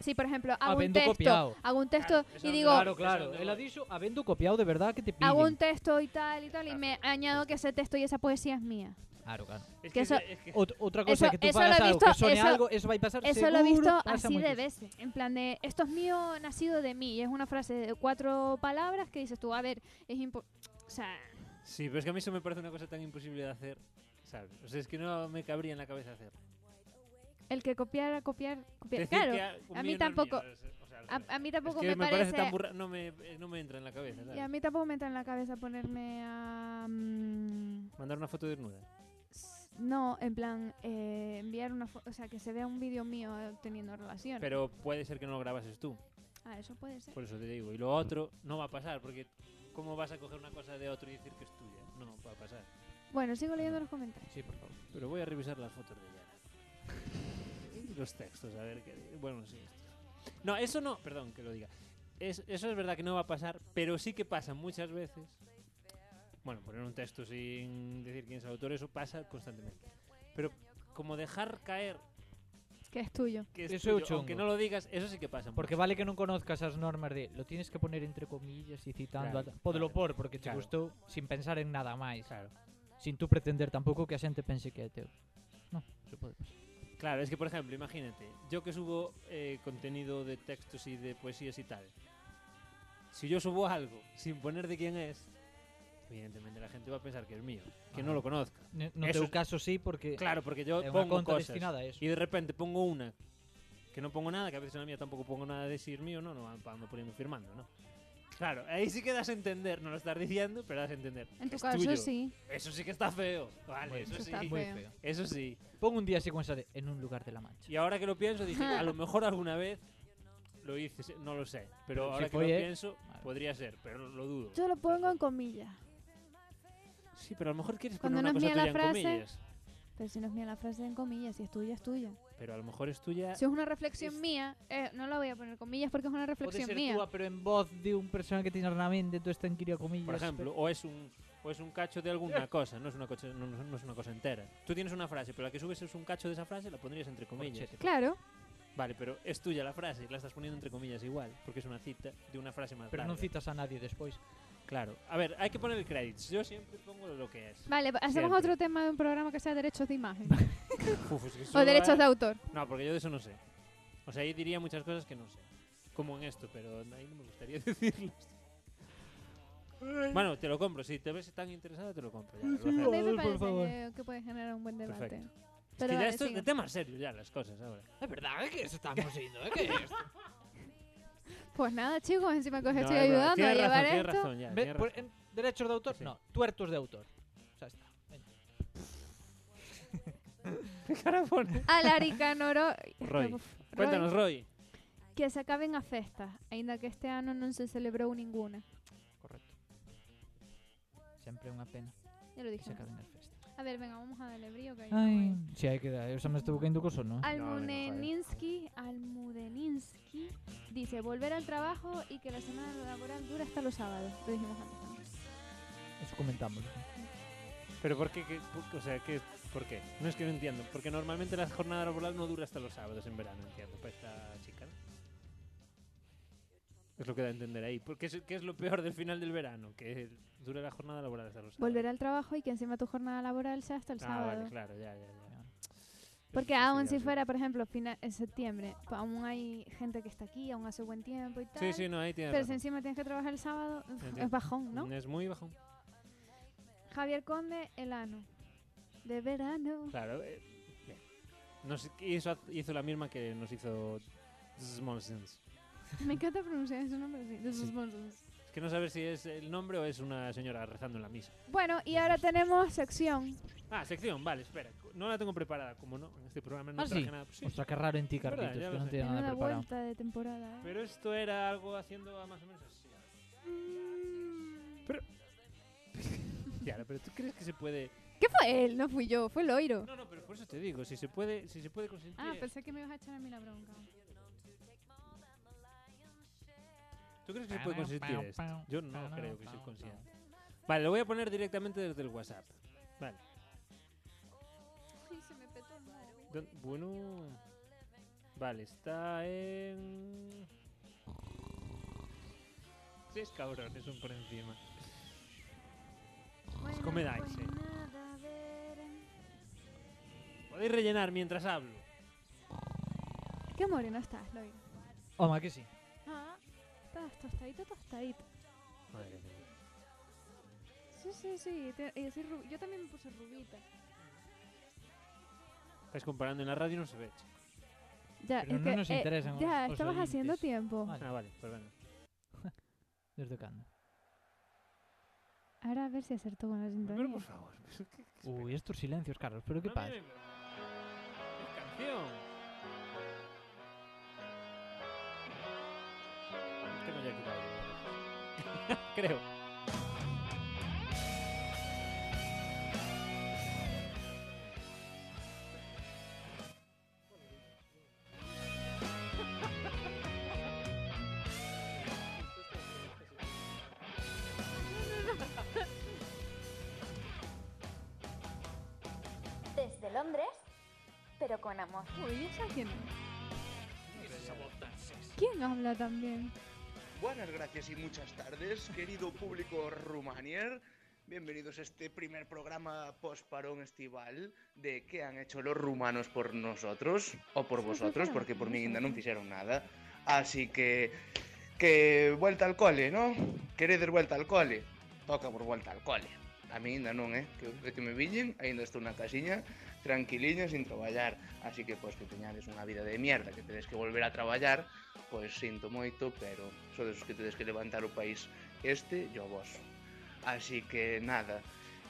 Sí, por ejemplo, hago un
Habendo
texto,
copiado.
hago un texto y digo,
Claro, claro. Él ha dicho habendo copiado de verdad que te pillen.
hago un texto y tal y tal y me añado que ese texto y esa poseía es mía.
Claro, claro.
Es que eso-
Ot- otra cosa
eso-
que tú
eso
pagas
lo he
algo,
visto-
que suene
eso-
algo, eso va a pasar
Eso lo he
seguro,
visto
pasa
así
muy
de
bien.
veces, en plan de, esto es mío, nacido de mí. Y es una frase de cuatro palabras que dices tú, a ver, es impo... O sea,
Sí, pero es que a mí eso me parece una cosa tan imposible de hacer, ¿sabes? O sea, es que no me cabría en la cabeza hacer.
el que copiar, copiar, copiar.
Decir que
claro, a
algo mío no
mí
es
tampoco...
mío, o sea, al
A,
revés.
a mí tampoco
es que
me, parece...
tan burra, no me, eh, no me entra en la cabeza,
y a
¿sabes?
mí tampoco me entra en la cabeza ponerme a... mm,
Mandar una foto desnuda.
No, en plan, eh, enviar una foto, o sea, que se vea un vídeo mío eh, teniendo relaciones.
Pero puede ser que no lo grabases tú,
Ah, eso puede ser.
por eso te digo. Y lo otro no va a pasar, porque ¿cómo vas a coger una cosa de otro y decir que es tuya? No va a pasar.
Bueno, sigo leyendo los comentarios.
Sí, por favor.
Pero voy a revisar las fotos de Yara. Y Los textos, a ver qué. Bueno, sí. esto. No, eso no. Perdón que lo diga. Es- eso es verdad que no va a pasar, pero sí que pasa muchas veces. Bueno, poner un texto sin decir quién es el autor, eso pasa constantemente. Pero como dejar caer
Que es tuyo.
que es
Eso
tuyo,
es chungo.
aunque no lo digas, eso sí que pasa. mucho.
Porque vale que no conozcas esas normas de lo tienes que poner entre comillas y citando
Claro,
a... Podelo
claro,
por, porque te
claro.
gustou sin pensar en nada máis.
Claro.
Sin tú pretender tampouco que a xente pense que é teu. No, eso pode pasar.
Claro, es que por ejemplo, imagínate, yo que subo eh, contenido de textos y de poesías y tal. Si yo subo algo sin poner de quién es, evidentemente la gente va a pensar que es mío, que no
Ajá.
lo conozca.
Ne- No
Eso
teu
es-
caso sí, porque...
Claro, porque yo
é unha
pongo
conta
cosas
destinada a eso.
y de repente pongo una que no pongo nada, que a veces en la mía tampoco pongo nada de si es mío, no, no ando poniendo firmando, ¿no? Claro, ahí sí que das a entender, no lo estás diciendo, pero das a entender.
En tu
Es
caso
tuyo.
sí.
Eso sí que está feo. Vale,
Muy
eso
feo.
sí.
Está
Muy
feo.
feo.
Eso sí.
Pon un día así con esa de, en un lugar de la mancha.
Y ahora que lo pienso, dije, a lo mejor alguna vez lo hice, se- no lo sé. Pero,
Pero si
ahora que
fue
lo
él-
pienso, podría ser, pero lo- lo dudo.
Yo lo pongo en comillas.
Sí, pero a lo mejor quieres poner
Cuando
una
no es
cosa
mía la
tuya
frase.
en comillas.
Pero si no es mía la frase en comillas, si es tuya, es tuya.
Pero a lo mejor es tuya.
Si es una reflexión mía, eh, no la voy a poner comillas porque es una
Pode
reflexión
ser
mía.
túa, pero en voz de un personaje que tienes na mente, tú estás en quiria comillas.
Por ejemplo, o es un o es un cacho de alguna cosa, no es una cosa, no, no es una cosa entera. Tú tienes una frase, pero la que subes es un cacho de esa frase, la pondrías entre comillas.
Corchete.
Claro,
Vale, pero es tuya la frase, la estás poniendo entre comillas igual, porque es una cita de una frase más
Pero
larga.
non citas a nadie despois.
Claro. A ver, hay que poner el crédito. Yo siempre pongo lo que es.
vale, hacemos
Siempre.
otro tema de un programa que sea derechos de imagen
Uf, es que
o
solo
derechos
era-
de autor.
No, porque yo de eso no sé. O sea, ahí diría muchas cosas que no sé. Como en esto, pero ahí no me gustaría decirlo. Bueno, te lo compro. Si te ves tan interesada, te lo compro. Ya, lo
A mí me
por
parece
favor.
que, que puede generar un buen debate.
Perfecto.
Pero
que ya
vale,
esto es
sigue.
de temas serios, ya las cosas ahora.
É verdade que eso estamos indo, é que isto.
Pues nada, chicos, encima que os
No,
Pues estoy
es
ayudando
verdad.
a
Tienes razón,
llevar
tienes
esto.
razón, ya,
Ve-
tienes
por-
razón.
en derechos de autor,
Sí.
no, tuertos de autor. Xa está. Veña.
¿Qué cara pone?
Alarica Noro...
Roy.
Uf, Roy.
Cuéntanos, Roy.
Que se acaben a festas, aínda que este ano non se celebrou ninguna.
Correcto. Sempre é unha pena
Ya lo
que se
dije.
acaben as festas.
A ver, venga, vamos a darle brío que hay
Ai, si hai que dar, eu xa me estou caindo co sono, eh.
Almudeninsky, Almudeninsky dice volver al trabajo y que la semana laboral dura hasta los sábados. Lo dijimos antes también.
Eso comentámoslo.
Pero ¿por qué? qué- por- o sea, ¿qué, ¿por qué? No es que no entiendo. Porque normalmente la jornada laboral no dura hasta los sábados en verano, entiendo, para esta chica. ¿no? Es lo que da a entender ahí. Porque es, ¿Qué es lo peor del final del verano? Que dura la jornada laboral hasta los sábados.
Volver al trabajo y que encima tu jornada laboral sea hasta el
Ah,
sábado.
vale, claro, ya, ya, ya.
Porque
Eso sí,
aún
ya
si
sé.
fuera, por ejemplo, fina- en septiembre, pa- aún hay gente que está aquí, aún hace buen tiempo y tal.
Sí, sí, no, ahí tienes
pero si
razón.
encima tienes que trabajar el sábado, uf,
Entiendo.
es bajón, ¿no?
Es muy bajón.
Javier Conde, el ano. De verano.
Claro. eh, bien. Nos hizo, hizo la misma que nos hizo Small Sense.
Me encanta pronunciar ese nombre así. de sus
Sí.
monstruos.
Es que no saber si es el nombre o es una señora rezando en la misa.
Bueno, y ahora tenemos sección.
Ah, sección, vale, espera. No la tengo preparada, como no, en este programa no
Ah,
traje
sí.
nada. Pues sí.
Ostras, que raro en ti,
Es verdad,
Carlitos,
ya
que
lo
non
sé.
te nada
Menuda
preparado.
vuelta de temporada. ¿eh?
Mm.
Pero esto era algo haciendo más o menos así. Pero Claro, pero ¿tú crees que se puede...?
¿Qué fue él? No fui yo, fue Loiro.
No, no, pero por eso te digo, si se puede, si se puede consentir...
Ah,
pues
pensé que me ibas a echar a mí la bronca.
¿Tú crees que se puede consentir esto? Yo no creo que se consiga. Vale, lo voy a poner directamente desde el WhatsApp. Vale.
Sí, se me petó el móvil.
Don- Bueno... Vale, está en... Tres cabrones, un por encima.
Bueno,
come da,
pues
sí.
nada, a ver.
Podéis rellenar mientras hablo.
Qué moreno estás, Loiro.
Oma, que sí.
Ah, estás tostadito, tostadito.
Madre mía.
Sí, sí, sí. te- eh, soy ru- yo también me puse rubita.
Estáis comparando en la radio y no se ve. chico.
Ya,
Pero
es
no
que,
nos
eh,
interesan
Ya,
os- os
estabas
oyentes.
haciendo tiempo.
Vale.
Ah, vale, pues bueno.
Desde Canda.
Ahora a ver si acertó con la
Pero
sintonía.
por favor, ¿qué- qué- qué-
Uy, estos silencios, Carlos, pero qué
no
pasa.
me- ¡Es canción! Es que me haya quitado yo. Creo. Este
Desde Londres, pero con amor.
Uy, ¿esa quién es? ¿Quién habla también?
Buenas gracias y muchas tardes, querido público rumanier. Bienvenidos a este primer programa post-parón estival de qué han hecho los rumanos por nosotros o por vosotros, porque por mí ainda no hicieron nada. Así que, que vuelta al cole, ¿no? Queredes vuelta al cole? Toca por vuelta al cole. A mí ainda non, eh? Que, que me villen, ainda estou na casiña, tranquiliño, sin traballar. Así que, pois, que teñades unha vida de mierda, que tedes que volver a traballar, pois sinto moito, pero sodes os que tedes que levantar o país este e o vosso. Así que nada,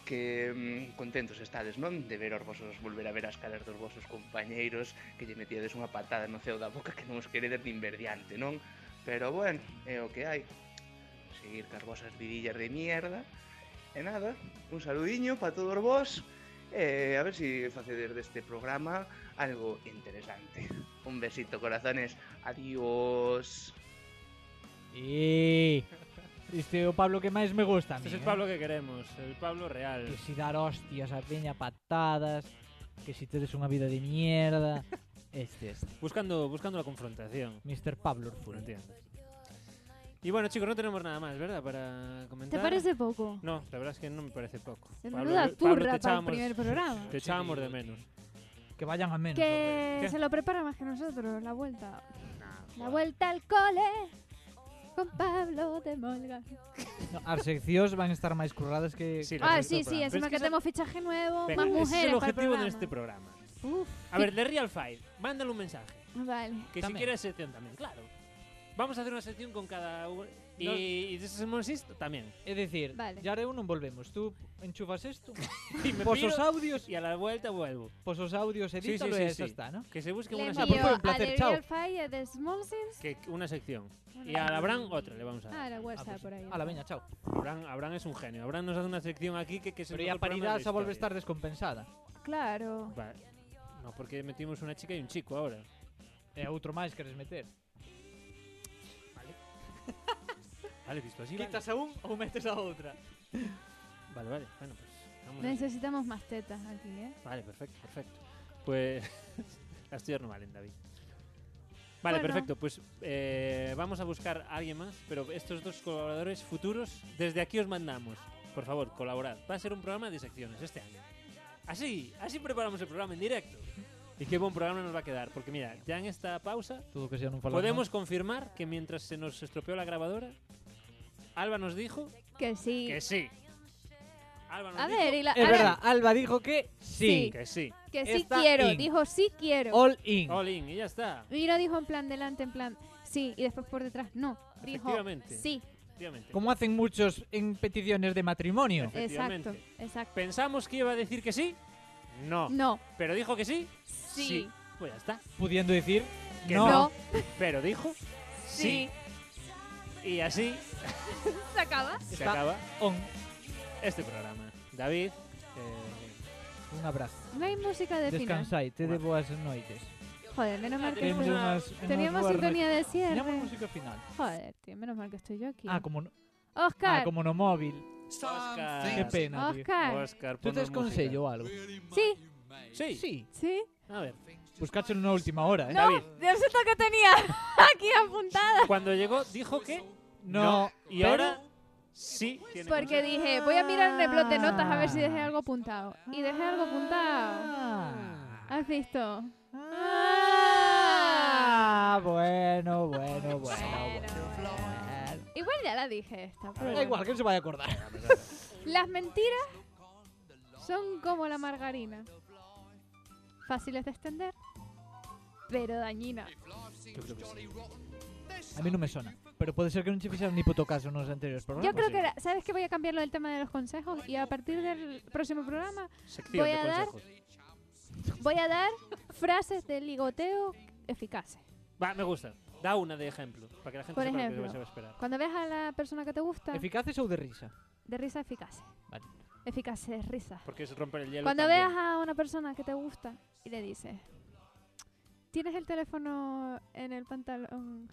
que mm, contentos estades, non? De ver os vosos, volver a ver as caras dos vosos compañeiros que lle metiedes unha patada no ceo da boca que non os queredes nin verdiante, non? Pero bueno, é o que hai. Seguir cas vosas vidillas de mierda. E nada, un saludiño para todos vos e a ver si facedes deste programa algo interesante. Un besito, corazones. Adiós.
Y... Este é o Pablo que máis me gusta a mí,
Este es el
eh.
Pablo que queremos, el Pablo real.
Pues-
Que si dar hostias a peña patadas, que si tedes unha vida de mierda. Este, este.
Buscando, buscando la confrontación.
Mr. Pablo Orful.
No entiendo. Y bueno, chicos, no tenemos nada más, ¿verdad? Para comentar.
¿Te parece poco?
No, la verdad es que no me parece poco.
Es
eh,
menuda turra para el primer Ah, programa.
Te echábamos de menos.
Que vayan a menos.
Que
eh.
se lo prepara más que nosotros, la vuelta. la vuelta al cole con Pablo de Molga.
No, as seccións van estar máis curradas que...
ah, sí, sí, encima que tenemos fichaje nuevo, más mujeres para el
ese es el objetivo
programa.
de este programa.
Uf,
A ver, de Real Fight, mándale un mensaje.
vale.
Que si quieres sección también, claro. Vamos a hacer una sección con cada uno. Y,
Nos-
y de esos monos también.
É dicir,
Vale.
ya eu non volvemos. Tú enchufas esto,
Y me
pos
piro
os audios,
y a la vuelta vuelvo.
pos os audios,
Sí, sí,
edítalo
sí,
e xa
sí.
está, ¿no?
Que se busque
Le
una
envío
Pues fue
a
un placer,
The
chao.
Real Fire de Small Sins.
Que, una sección.
Una
Y a
sección.
la Bran otra le vamos a
Ah,
dar.
la WhatsApp por ahí.
A la veña, chao.
Abraham, Abraham es un genio. Abraham nos hace una sección aquí que, que es el
Pero ya
mejor programa
paridad
de la
xa volve
historia.
estar descompensada.
Claro.
Vale. No, porque metimos una chica y un chico ahora.
E outro máis queres meter.
Vale, visto así. Vale,
Quitas a un ou metes a outra.
vale, vale. Bueno, pues. vamos a-
Necesitamos más tetas aquí, ¿eh?
Vale, perfecto, perfecto. Pues. las tuyas no valen, David. Vale,
Bueno.
perfecto. Pues eh, vamos a buscar a alguien más, pero estos dos colaboradores futuros, desde aquí os mandamos. Por favor, colaborad. Va a ser un programa de secciones este año. Así, así preparamos el programa en directo. Y qué buen programa nos va a quedar, porque mira, ya en esta pausa
Todo que sea non falamos.
podemos confirmar que mientras se nos estropeó la grabadora, Alba nos dijo
Que sí.
que sí. Alba nos
A
dijo
ver, y la,
É
a ver,
verdad, Alba dijo que sí.
que sí.
que sí
Está
quiero.
in.
Dijo sí quiero.
All in.
All in, y ya está.
Y no dijo en plan delante, en plan sí, y después por detrás no. Dijo
Efectivamente.
sí.
Efectivamente.
Como hacen muchos en peticiones de matrimonio.
Exacto,
Efectivamente.
exacto.
Pensamos que iba a decir que sí. No.
No,
Pero dijo que sí.
sí.
Pues ya está.
Pudiendo decir
Que
no.
No.
Pero dijo sí. Y así
¿Se acaba?
se
Está
acaba
on.
este programa. David, eh,
un abrazo.
No hay música de final.
Descansai, te de boas noites.
Joder, menos mal que
Tenemos
no-
unas- unas
teníamos
boas
sintonía de
noites.
cierre.
Teníamos música final.
Joder, tío, menos mal que estoy yo aquí.
Ah, como no,
Oscar,
ah, como no móvil.
Oscar.
Qué pena, tío.
Oscar.
Oscar,
¿Tú
ponnos
tes consello ou algo?
sí,
Sí.
Sí.
sí.
A ver.
Buscache en una última hora, eh.
No, Dios es lo que tenía aquí apuntada.
Cuando llegó dijo que
No,
y
pero-
ahora sí tiene
Porque dije, voy a mirar en el blog de notas a ver si dejé algo apuntado. Y dejé algo apuntado. Ah. ¿Has visto?
Ah, bueno, bueno, bueno, bueno.
Igual ya la dije esta. pero
Ah, Da
bueno.
igual, que se vaya a acordar.
Las mentiras son como la margarina. Fáciles de extender, pero dañinas.
Ah, A mí no me suena. Pero puede ser que non che fixeran ni puto caso nos anteriores programas.
Yo creo que, la- ¿sabes que Voy a cambiarlo del tema de los consejos y a partir del próximo programa voy a dar, voy a dar frases de ligoteo eficaces.
Va, me gusta. Da una de ejemplo, para que la gente
Por
sepa lo
ejemplo,
que se va a esperar.
cuando ves a la persona que te gusta,
Eficaces ou de risa?
de risa eficaces.
Vale.
Eficaces risas.
Porque es romper el hielo
Cuando
también.
veas a una persona que te gusta y le dices, ¿tienes el teléfono en el pantalón?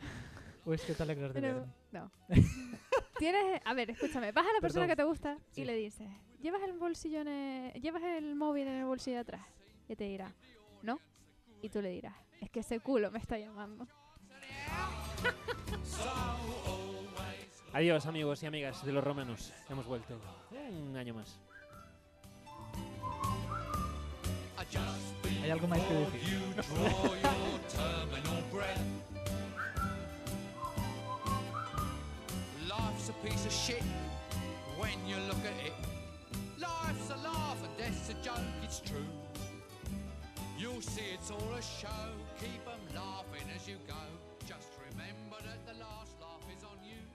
Ou es que te alegras de
Pero-
verme?
No. Tienes, a ver, escúchame, vas a la persona
Perdón.
que te gusta
Sí.
y le dices, llevas el bolsillo en el- llevas el móvil en el bolsillo de atrás y te dirá, no, y tú le dirás, es que ese culo me está llamando.
Adiós, amigos y amigas de los romanos. Hemos vuelto. Un año más.
Hai algo máis que decir?
Life's a piece of shit when you look at it. Life's a laugh and death's a joke, it's true. You'll see it's all a show, keep 'em laughing as you go. Just remember that the last laugh is on you.